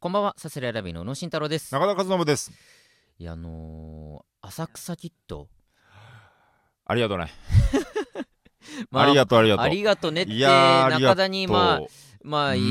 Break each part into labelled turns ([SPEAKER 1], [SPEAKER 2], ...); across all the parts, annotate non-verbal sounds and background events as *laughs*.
[SPEAKER 1] こんばんは、サスレラビーの宇野慎太郎です。
[SPEAKER 2] 中田和伸です
[SPEAKER 1] いや、あのー、浅草キッ
[SPEAKER 2] *laughs*
[SPEAKER 1] ド。
[SPEAKER 2] ありがとうね、
[SPEAKER 1] ま
[SPEAKER 2] あ、りがとうありがとう
[SPEAKER 1] ありがとうねって、
[SPEAKER 2] いやーありがと
[SPEAKER 1] 中
[SPEAKER 2] う
[SPEAKER 1] 田に、まあ、まあ、いう
[SPEAKER 2] ー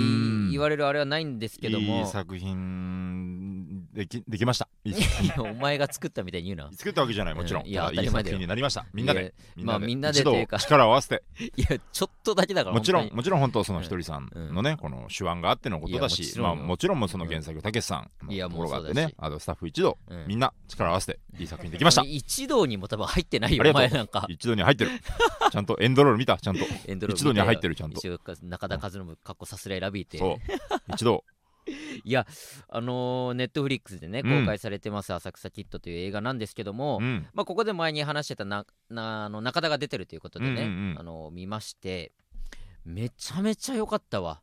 [SPEAKER 2] ん
[SPEAKER 1] 言われるあれはないんですけども、
[SPEAKER 2] いい作品できできましたいい
[SPEAKER 1] いや *laughs* お前が作ったみたいに言うな。
[SPEAKER 2] 作ったわけじゃないもちろん、
[SPEAKER 1] うんいや
[SPEAKER 2] た
[SPEAKER 1] 当
[SPEAKER 2] だ
[SPEAKER 1] たり前
[SPEAKER 2] いい
[SPEAKER 1] だ
[SPEAKER 2] 作
[SPEAKER 1] よ
[SPEAKER 2] 品になりましたみんなでみんなで,、
[SPEAKER 1] まあみんなで
[SPEAKER 2] 一度
[SPEAKER 1] というか
[SPEAKER 2] 力を合わせて
[SPEAKER 1] いや、いやちょっとだけだから、
[SPEAKER 2] もちろ
[SPEAKER 1] *laughs* 本当
[SPEAKER 2] ん
[SPEAKER 1] に
[SPEAKER 2] もちろん本当そのひとりさんのね、この手腕があってのことだ
[SPEAKER 1] いやも
[SPEAKER 2] し
[SPEAKER 1] ち
[SPEAKER 2] も,、ま
[SPEAKER 1] ろ
[SPEAKER 2] あ、
[SPEAKER 1] んよ
[SPEAKER 2] もちろんもうその原作たけしさん
[SPEAKER 1] いや
[SPEAKER 2] のと
[SPEAKER 1] も
[SPEAKER 2] こ
[SPEAKER 1] う
[SPEAKER 2] ろがあ
[SPEAKER 1] そう
[SPEAKER 2] っ
[SPEAKER 1] だし
[SPEAKER 2] てねあとスタッフ一同、
[SPEAKER 1] うん
[SPEAKER 2] みんな力を合わせていい作品できました
[SPEAKER 1] あの一同にも多分入ってないよ、
[SPEAKER 2] あり
[SPEAKER 1] お
[SPEAKER 2] がとう
[SPEAKER 1] 前なんか。
[SPEAKER 2] 一度に入ってるちゃんとエンドロール見たちゃんと
[SPEAKER 1] エンドロール
[SPEAKER 2] 一同には入ってるちゃんと
[SPEAKER 1] 一応中田和伸、かっこさすらいラビーって。
[SPEAKER 2] そう
[SPEAKER 1] *laughs*
[SPEAKER 2] 一度
[SPEAKER 1] いや、あのー、ネットフリックスでね、
[SPEAKER 2] うん
[SPEAKER 1] 公開されてます、浅草キッドという映画なんですけども、
[SPEAKER 2] うん
[SPEAKER 1] まあ、ここで前に話してたななあの中田が出てるということでね、
[SPEAKER 2] うんうんうん
[SPEAKER 1] あの見ましてめちゃめちゃ良かったわ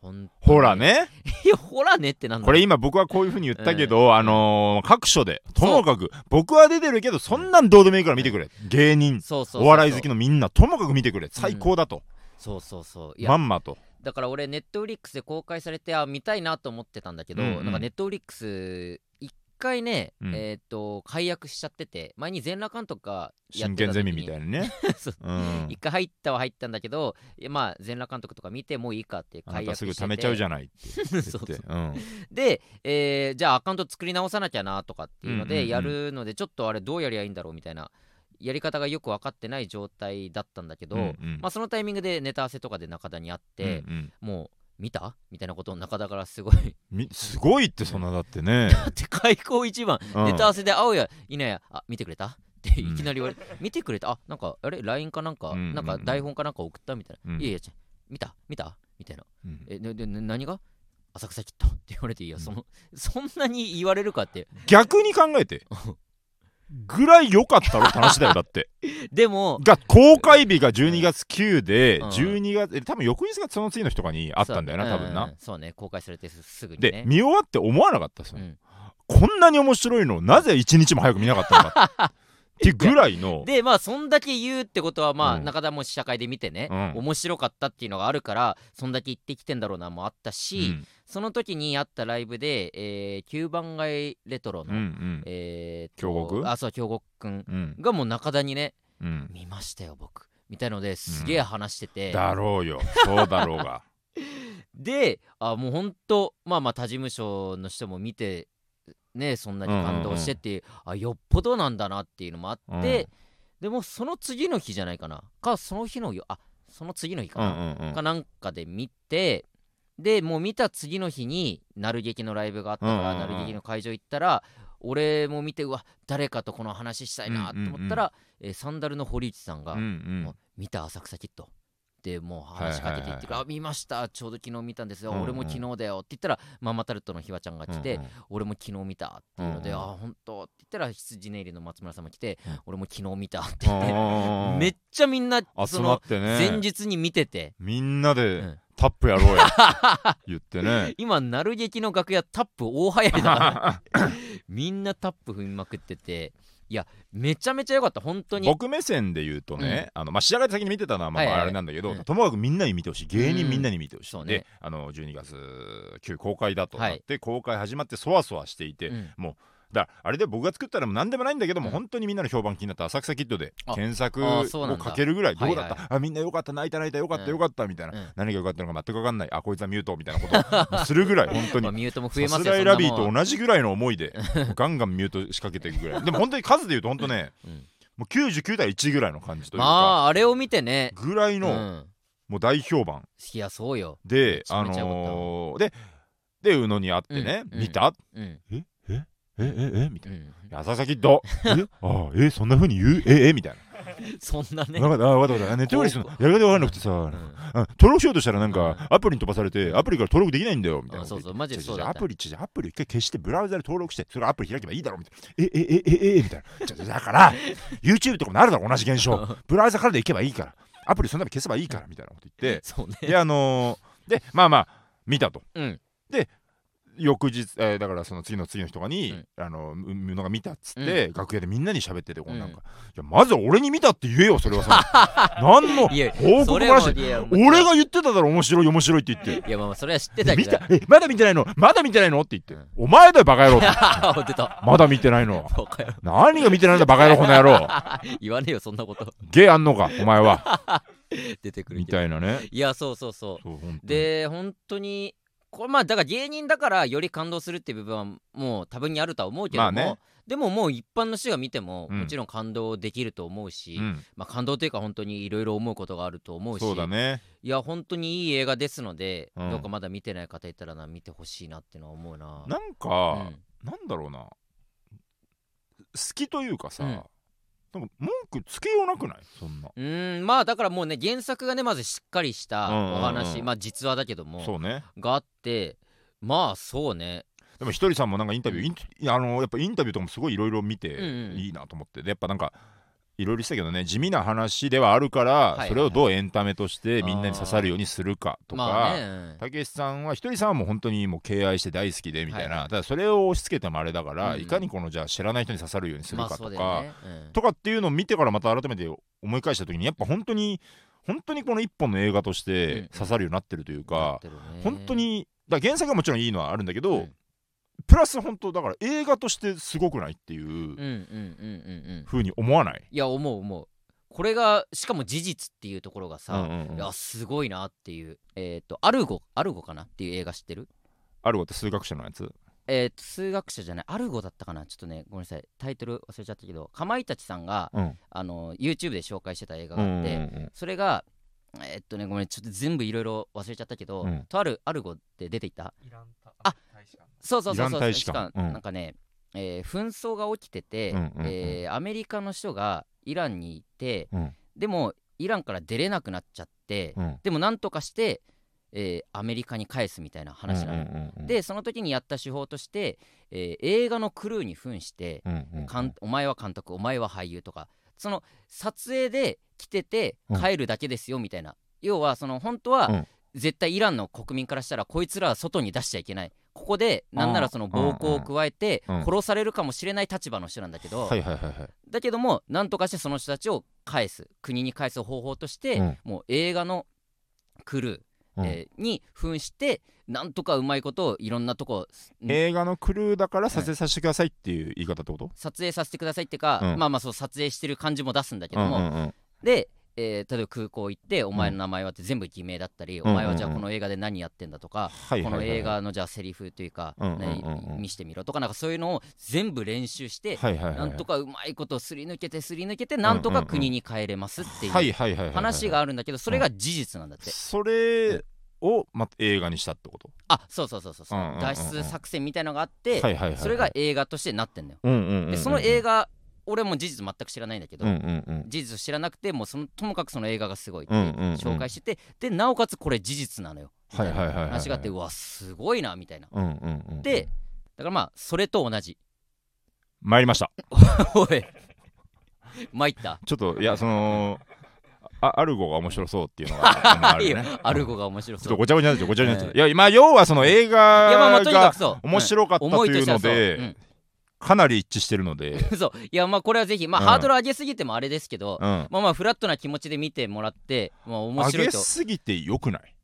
[SPEAKER 1] ほん
[SPEAKER 2] ほらね
[SPEAKER 1] いやほらねってなんだ
[SPEAKER 2] これ今僕はこういうふうに言ったけど、あのー各所でともかく僕は出てるけどそんなんどうでもいいから見てくれ芸人
[SPEAKER 1] そうそうそう
[SPEAKER 2] お笑い好きのみんなともかく見てくれ最高だと、
[SPEAKER 1] そうそうそういや、
[SPEAKER 2] まんまと
[SPEAKER 1] だから俺ネットフリックスで公開されてあ見たいなと思ってたんだけど、
[SPEAKER 2] うんうん
[SPEAKER 1] なんかネットフリックス一回ね、
[SPEAKER 2] うん
[SPEAKER 1] えっ、と解約しちゃってて前に全裸監督がや
[SPEAKER 2] 真剣ゼミみた
[SPEAKER 1] い
[SPEAKER 2] いなね、
[SPEAKER 1] な *laughs* そう
[SPEAKER 2] うん、
[SPEAKER 1] 一回入ったは入ったんだけど、いやまあ、全裸監督とか見てもういいかって
[SPEAKER 2] あな
[SPEAKER 1] 解
[SPEAKER 2] た
[SPEAKER 1] 約
[SPEAKER 2] す
[SPEAKER 1] してて
[SPEAKER 2] ぐ貯めちゃうじゃないって言って
[SPEAKER 1] *laughs* そうそう
[SPEAKER 2] うん
[SPEAKER 1] で、えーじゃあアカウント作り直さなきゃなとかっていうの
[SPEAKER 2] うんうんう
[SPEAKER 1] で
[SPEAKER 2] ん
[SPEAKER 1] やるのでちょっとあれどうやりゃいいんだろうみたいなやり方がよく分かってない状態だったんだけど、
[SPEAKER 2] うんうん
[SPEAKER 1] まあ、そのタイミングでネタ合わせとかで中田に会って
[SPEAKER 2] う、んうん
[SPEAKER 1] もう見たみたいなことを中田からすごい *laughs* だ
[SPEAKER 2] みすごいってそんなだってね、
[SPEAKER 1] って開口一番、
[SPEAKER 2] うん
[SPEAKER 1] ネタ合わせで会おうやいないやあ見てくれたって
[SPEAKER 2] うん
[SPEAKER 1] いきなり言われ、見てくれたあなんかあれ LINE かなんか、
[SPEAKER 2] うんうんうん
[SPEAKER 1] なんか台本かなんか送ったみたいな、
[SPEAKER 2] うん
[SPEAKER 1] いやいやちょ見た見たみたいな
[SPEAKER 2] うん
[SPEAKER 1] えででな何が浅草キッドって言われていやその、そんなに言われるかって
[SPEAKER 2] 逆に考えてぐらい良かったろって話だよだって
[SPEAKER 1] でも
[SPEAKER 2] が公開日が12月9で、
[SPEAKER 1] うん
[SPEAKER 2] 12月え多分翌日がその次の日とかにあったんだよな
[SPEAKER 1] そ
[SPEAKER 2] 多
[SPEAKER 1] う
[SPEAKER 2] 分な、
[SPEAKER 1] うんそうね公開されてすすぐにね
[SPEAKER 2] で見終わって思わなかったそ
[SPEAKER 1] う
[SPEAKER 2] の
[SPEAKER 1] ん
[SPEAKER 2] こんなに面白いのをなぜ一日も早く見なかったのかっていうぐらいの
[SPEAKER 1] *laughs* でまあそんだけ言うってことはまあ、
[SPEAKER 2] うん
[SPEAKER 1] 中田も試写会で見てね、
[SPEAKER 2] うん
[SPEAKER 1] 面白かったっていうのがあるからそんだけ言ってきてんだろうなもあった
[SPEAKER 2] う
[SPEAKER 1] し、
[SPEAKER 2] ん
[SPEAKER 1] その時にあったライブで、えー、9番街レトロ
[SPEAKER 2] う
[SPEAKER 1] の、
[SPEAKER 2] ん
[SPEAKER 1] えーと
[SPEAKER 2] 京極
[SPEAKER 1] あそう京極くん
[SPEAKER 2] うん
[SPEAKER 1] がもう中田にね
[SPEAKER 2] うん
[SPEAKER 1] 見ましたよ僕みたいのですげえ話してて、
[SPEAKER 2] だろうよそうだろ
[SPEAKER 1] *laughs*
[SPEAKER 2] うが
[SPEAKER 1] であもうほんとまあまあ他事務所の人も見てねそんなに感動してっていう,、あよっぽどなんだなっていうのもあ
[SPEAKER 2] う
[SPEAKER 1] っ
[SPEAKER 2] ん
[SPEAKER 1] て、でもその次の日じゃないかなかその日の夜あその次の日か
[SPEAKER 2] うんう
[SPEAKER 1] な、
[SPEAKER 2] んうん
[SPEAKER 1] かなんかで見てでもう見た次の日になる劇のライブがあったから、
[SPEAKER 2] うんうんうん
[SPEAKER 1] なる劇の会場行ったら俺も見てうわ誰かとこの話したいなと思ったら、えーサンダルの堀内さんが、
[SPEAKER 2] うんうん
[SPEAKER 1] もう見た浅草キッドでもう話しかけていって、
[SPEAKER 2] はいはいはいはい
[SPEAKER 1] あ見ましたちょうど昨日見たんですよ、
[SPEAKER 2] うんうん
[SPEAKER 1] 俺も昨日だよって言ったらママタルトのひわちゃんが来て、
[SPEAKER 2] うんうん
[SPEAKER 1] 俺も昨日見たっていうので、
[SPEAKER 2] うん
[SPEAKER 1] あ
[SPEAKER 2] うん
[SPEAKER 1] 本当って言ったら羊ネイリの松村さんも来て、
[SPEAKER 2] うん
[SPEAKER 1] 俺も昨日見たって
[SPEAKER 2] う
[SPEAKER 1] 言
[SPEAKER 2] ん
[SPEAKER 1] っ
[SPEAKER 2] う
[SPEAKER 1] て、
[SPEAKER 2] んうん
[SPEAKER 1] *laughs* めっちゃみんな
[SPEAKER 2] 集
[SPEAKER 1] そ
[SPEAKER 2] まっ
[SPEAKER 1] の
[SPEAKER 2] てね
[SPEAKER 1] 前日に見てて、
[SPEAKER 2] みんなで
[SPEAKER 1] うん
[SPEAKER 2] タップや
[SPEAKER 1] *laughs*
[SPEAKER 2] ろうや言ってね *laughs*
[SPEAKER 1] 今なる劇の楽屋タップ大流行りだからみんなタップ踏みまくってていやめちゃめちゃ良かった本当に
[SPEAKER 2] 僕目線で言うとね、あのまあ、仕上がり先に見てたのはまあ
[SPEAKER 1] はいはい
[SPEAKER 2] あれなんだけど、
[SPEAKER 1] うん
[SPEAKER 2] ともかくみんなに見てほしい芸
[SPEAKER 1] う
[SPEAKER 2] 人
[SPEAKER 1] ん
[SPEAKER 2] みんなに見てほしい、
[SPEAKER 1] そうね
[SPEAKER 2] であの12月9公開だと
[SPEAKER 1] はい
[SPEAKER 2] なって、公開始まってそわそわしていて、
[SPEAKER 1] うん
[SPEAKER 2] だからあれで僕が作ったのも何でもないんだけども、
[SPEAKER 1] うん
[SPEAKER 2] 本当にみんなの評判気になった浅草キッドで
[SPEAKER 1] あ
[SPEAKER 2] 検索
[SPEAKER 1] あーそうな
[SPEAKER 2] を
[SPEAKER 1] んだ
[SPEAKER 2] かけるぐらいどうだった、
[SPEAKER 1] はい
[SPEAKER 2] あみんなよかった泣いた泣いたよかった、
[SPEAKER 1] うん
[SPEAKER 2] よかったみたいな、
[SPEAKER 1] うん
[SPEAKER 2] 何がよかったのか全く分かんないあこいつはミュートみたいなことをするぐらい本当
[SPEAKER 1] まあ
[SPEAKER 2] に。
[SPEAKER 1] ミュートも増え
[SPEAKER 2] さ
[SPEAKER 1] ます
[SPEAKER 2] す
[SPEAKER 1] よ
[SPEAKER 2] ら
[SPEAKER 1] そ
[SPEAKER 2] い
[SPEAKER 1] んな
[SPEAKER 2] ラ
[SPEAKER 1] もん
[SPEAKER 2] ビー
[SPEAKER 1] は
[SPEAKER 2] と同じぐらいの思いで *laughs* ガンガンミュート仕掛けていくぐらいでも本当に数で言うと本当ね
[SPEAKER 1] うん
[SPEAKER 2] もう99対1ぐらいの感じという
[SPEAKER 1] ま
[SPEAKER 2] か
[SPEAKER 1] ああれを見てね
[SPEAKER 2] ぐらいの、
[SPEAKER 1] うん
[SPEAKER 2] もう大評判
[SPEAKER 1] いやそうよ、
[SPEAKER 2] で
[SPEAKER 1] めちゃ
[SPEAKER 2] あ
[SPEAKER 1] めちゃ良かった
[SPEAKER 2] のーでで宇野に会ってね、
[SPEAKER 1] うん
[SPEAKER 2] 見た、
[SPEAKER 1] うん
[SPEAKER 2] えええみ
[SPEAKER 1] う
[SPEAKER 2] たい
[SPEAKER 1] ん、 *laughs*
[SPEAKER 2] な浅崎どえあえそんなふうに言うええみたい
[SPEAKER 1] そんな
[SPEAKER 2] な
[SPEAKER 1] ね、
[SPEAKER 2] なんかあわかったわかったネットフリスの
[SPEAKER 1] こ
[SPEAKER 2] やり方わかんなくてさ、
[SPEAKER 1] うん
[SPEAKER 2] あ登録しようとしたらなん
[SPEAKER 1] うん
[SPEAKER 2] かアプリに飛ばされてアプリから登録できないんだよみたいな
[SPEAKER 1] あ
[SPEAKER 2] こと
[SPEAKER 1] そうそ
[SPEAKER 2] 言って
[SPEAKER 1] うマジでそうだ
[SPEAKER 2] 違う違う
[SPEAKER 1] っ
[SPEAKER 2] ア
[SPEAKER 1] た
[SPEAKER 2] プリ違うアプリ一回消してブラウザで登録してそれアプリ開けばいいだろみたいなええええええみたいなちょだから
[SPEAKER 1] *laughs*
[SPEAKER 2] YouTube とかもあるだろ同じ現象ブラウザからでいけばいいからアプリそんなの消せばいいからみたいなこと言って
[SPEAKER 1] そうね
[SPEAKER 2] であのーでまあまあ見たと
[SPEAKER 1] うん
[SPEAKER 2] で翌日、えーだからその次の次の日とかに、あのむむのが見たっつって、楽屋でみんなに喋っててこうなんか、いやまずは俺に見たって言えよそれはさ
[SPEAKER 1] *laughs*
[SPEAKER 2] 何の
[SPEAKER 1] いや
[SPEAKER 2] 報
[SPEAKER 1] そ
[SPEAKER 2] 告
[SPEAKER 1] れ
[SPEAKER 2] もなし
[SPEAKER 1] も
[SPEAKER 2] で
[SPEAKER 1] いや
[SPEAKER 2] 俺が言ってただろ面白い面白いって言って
[SPEAKER 1] いやまあまあそれは知ってたけ
[SPEAKER 2] 見
[SPEAKER 1] ど
[SPEAKER 2] た
[SPEAKER 1] *laughs*
[SPEAKER 2] えまだ見てないのまだ見てないのって言って、お前だよバカ野郎って
[SPEAKER 1] 出た
[SPEAKER 2] まだ見てないの
[SPEAKER 1] バカ野郎
[SPEAKER 2] 何が見てないんだバカ野郎この野郎
[SPEAKER 1] 言わねえよそんなこと
[SPEAKER 2] ゲーあんのかお前は
[SPEAKER 1] 出てくる
[SPEAKER 2] み
[SPEAKER 1] けど
[SPEAKER 2] たいなね
[SPEAKER 1] いやそうそうそう
[SPEAKER 2] そう本当に
[SPEAKER 1] で本当にこれまあだから芸人だからより感動するっていう部分はもう多分にあるとは思うけども、
[SPEAKER 2] まあね
[SPEAKER 1] でももう一般の人が見ても、
[SPEAKER 2] うん
[SPEAKER 1] もちろん感動できると思うし、
[SPEAKER 2] うん、
[SPEAKER 1] まあ、感動というか本当にいろいろ思うことがあると思うし
[SPEAKER 2] そうだね
[SPEAKER 1] いや本当にいい映画ですので、
[SPEAKER 2] うん
[SPEAKER 1] どうかまだ見てない方いたらな見てほしいなってのは思うな。
[SPEAKER 2] なん
[SPEAKER 1] う
[SPEAKER 2] か、
[SPEAKER 1] ん
[SPEAKER 2] なんだろうな好きというかさ、
[SPEAKER 1] うん
[SPEAKER 2] なんか文句つけようなくないそんな、
[SPEAKER 1] うーんまあだからもうね原作がねまずしっかりした
[SPEAKER 2] うんうんうん
[SPEAKER 1] お話、まあ実話だけども
[SPEAKER 2] そうね
[SPEAKER 1] があってまあそうね
[SPEAKER 2] でもひとりさんもなんかインタビュー、
[SPEAKER 1] うん
[SPEAKER 2] インタあのやっぱインタビューとかもすごいいろいろ見て、
[SPEAKER 1] うんうん
[SPEAKER 2] いいなと思ってでやっぱなんかいろいろしたけどね地味な話ではあるから、
[SPEAKER 1] いはい
[SPEAKER 2] それをどうエンタメとしてみんなに刺さるようにするかと
[SPEAKER 1] まあね
[SPEAKER 2] か、たけしさんはひとりさんはもう本当にもう敬愛して大好きでみたいな、
[SPEAKER 1] はい
[SPEAKER 2] ただそれを押し付けてもあれだから、
[SPEAKER 1] うん
[SPEAKER 2] いかにこのじゃあ知らない人に刺さるようにす
[SPEAKER 1] うん
[SPEAKER 2] る
[SPEAKER 1] ま
[SPEAKER 2] か
[SPEAKER 1] あそ
[SPEAKER 2] とか、
[SPEAKER 1] うだよね、うん
[SPEAKER 2] とかっていうのを見てからまた改めて思い返した時にやっぱ本当に本当にこの一本の映画として刺さるようになってるという
[SPEAKER 1] なっ
[SPEAKER 2] か、
[SPEAKER 1] てるね
[SPEAKER 2] 本当にだから原作はもちろんいいのはあるんだけ
[SPEAKER 1] うん
[SPEAKER 2] ど、
[SPEAKER 1] うん
[SPEAKER 2] プラス本当だから映画としてすごくないっていう
[SPEAKER 1] うんうんうんうん
[SPEAKER 2] ふうに思わない、
[SPEAKER 1] いや思う思うこれがしかも事実っていうところが
[SPEAKER 2] うん
[SPEAKER 1] さ、
[SPEAKER 2] うんうん
[SPEAKER 1] いやすごいなっていうえっ、とアルゴアルゴかなっていう映画知ってる
[SPEAKER 2] あること数学者のやつ
[SPEAKER 1] えー、と数学者じゃないアルゴだったかなちょっとねごめんなさいタイトル忘れちゃったけどかまいたちさんが、
[SPEAKER 2] うん
[SPEAKER 1] あの YouTube で紹介してた映画
[SPEAKER 2] う
[SPEAKER 1] が
[SPEAKER 2] んう
[SPEAKER 1] あっ
[SPEAKER 2] んう
[SPEAKER 1] て、
[SPEAKER 2] ん
[SPEAKER 1] それがえーっとねごめんちょっと全部いろいろ忘れちゃったけど、
[SPEAKER 2] うん
[SPEAKER 1] とあるアルゴって出ていた
[SPEAKER 3] イランタ
[SPEAKER 1] あ
[SPEAKER 3] 大使館
[SPEAKER 1] そうそうそうそう
[SPEAKER 2] イラン大使館
[SPEAKER 1] 大使館
[SPEAKER 2] うん
[SPEAKER 1] なんかね、えー紛争が起きてて、
[SPEAKER 2] うんうんうん
[SPEAKER 1] えーアメリカの人がイランにいて、
[SPEAKER 2] うん
[SPEAKER 1] でもイランから出れなくなっちゃって、
[SPEAKER 2] うん
[SPEAKER 1] でもなんとかして、えーアメリカに返すみたいな話なの、
[SPEAKER 2] うんうんうん
[SPEAKER 1] でその時にやった手法として、えー映画のクルーに扮して、
[SPEAKER 2] うんうんうん
[SPEAKER 1] かんお前は監督お前は俳優とかその撮影で来てて
[SPEAKER 2] うん
[SPEAKER 1] 帰るだけですよみたいな、要はその本当は、
[SPEAKER 2] うん
[SPEAKER 1] 絶対イランの国民からしたらこいつらは外に出しちゃいけないここでなんならその暴行を加えて
[SPEAKER 2] うんうん
[SPEAKER 1] 殺されるかもしれない立場の人なんだけど、
[SPEAKER 2] はいはいはいはい
[SPEAKER 1] だけどもなんとかしてその人たちを返す国に返す方法として、
[SPEAKER 2] うん
[SPEAKER 1] もう映画のクルー、
[SPEAKER 2] うん
[SPEAKER 1] えーに扮してなんとかうまいことをいろんなとこうん
[SPEAKER 2] 映画のクルーだから撮影させてくださいっていう言い方ってこと、
[SPEAKER 1] 撮影させてくださいっていうか、
[SPEAKER 2] うん
[SPEAKER 1] まあまあそう撮影してる感じも出すんだけ
[SPEAKER 2] う
[SPEAKER 1] ど
[SPEAKER 2] ん
[SPEAKER 1] も、
[SPEAKER 2] うんうん
[SPEAKER 1] で、えー例えば空港行ってお前の名前はって全部偽名だったり、
[SPEAKER 2] うん
[SPEAKER 1] お前はじゃあこの映画で何やってんだとか、
[SPEAKER 2] はいはいはい
[SPEAKER 1] この映画のじゃあセリフというか、
[SPEAKER 2] うんうんうんうん
[SPEAKER 1] ね見してみろとかなんかそういうのを全部練習して、
[SPEAKER 2] はいはいはい
[SPEAKER 1] なんとかうまいことすり抜けてすり抜けてなんとか国に帰れますって
[SPEAKER 2] はいいうはいはいはいはい
[SPEAKER 1] 話があるんだけどそれが事実なんだって、
[SPEAKER 2] それを、ま、映画にしたってこと
[SPEAKER 1] あそうそうそうそうそう
[SPEAKER 2] うんうんうんうん
[SPEAKER 1] 脱出作戦みたいのがあって、
[SPEAKER 2] はいはいはいはい
[SPEAKER 1] それが映画としてなってんだよ、
[SPEAKER 2] うんうんうんうん
[SPEAKER 1] でその映画俺も事実全く知らないんだけど、
[SPEAKER 2] うんうんうん
[SPEAKER 1] 事実を知らなくてもうそのともかくその映画がすごいって
[SPEAKER 2] うんうんうん
[SPEAKER 1] 紹介してて、でなおかつこれ事実なのよみ
[SPEAKER 2] は
[SPEAKER 1] た
[SPEAKER 2] い
[SPEAKER 1] い
[SPEAKER 2] はい
[SPEAKER 1] な
[SPEAKER 2] はいはい
[SPEAKER 1] 話があってうわすごいなみたいな
[SPEAKER 2] うんうんうん
[SPEAKER 1] でだからまあそれと同じ *laughs*
[SPEAKER 2] 参りました
[SPEAKER 1] おい参った
[SPEAKER 2] ちょっといやそのあアルゴが面白そうっていうのがあ *laughs* のあ
[SPEAKER 1] *laughs* いい
[SPEAKER 2] る
[SPEAKER 1] よ
[SPEAKER 2] ね
[SPEAKER 1] アルゴが面白
[SPEAKER 2] ちょっ
[SPEAKER 1] そ
[SPEAKER 2] と
[SPEAKER 1] う
[SPEAKER 2] ごちゃごちゃになっちゃうごちゃごちゃになっちゃういやまあ要はその映
[SPEAKER 1] いやまあまあ
[SPEAKER 2] 画
[SPEAKER 1] とにか
[SPEAKER 2] が
[SPEAKER 1] くそう
[SPEAKER 2] 面白かった
[SPEAKER 1] うん
[SPEAKER 2] と
[SPEAKER 1] 思いと
[SPEAKER 2] いう
[SPEAKER 1] して
[SPEAKER 2] の
[SPEAKER 1] はそう、
[SPEAKER 2] でかなり一致してるので
[SPEAKER 1] うん *laughs* そういやまあこれはぜひまあ、
[SPEAKER 2] うん
[SPEAKER 1] ハードル上げすぎてもあれですけど、
[SPEAKER 2] うん
[SPEAKER 1] まあまあフラットな気持ちで見てもらってまあ面
[SPEAKER 2] 上
[SPEAKER 1] 白い
[SPEAKER 2] げ
[SPEAKER 1] と
[SPEAKER 2] すぎてよくない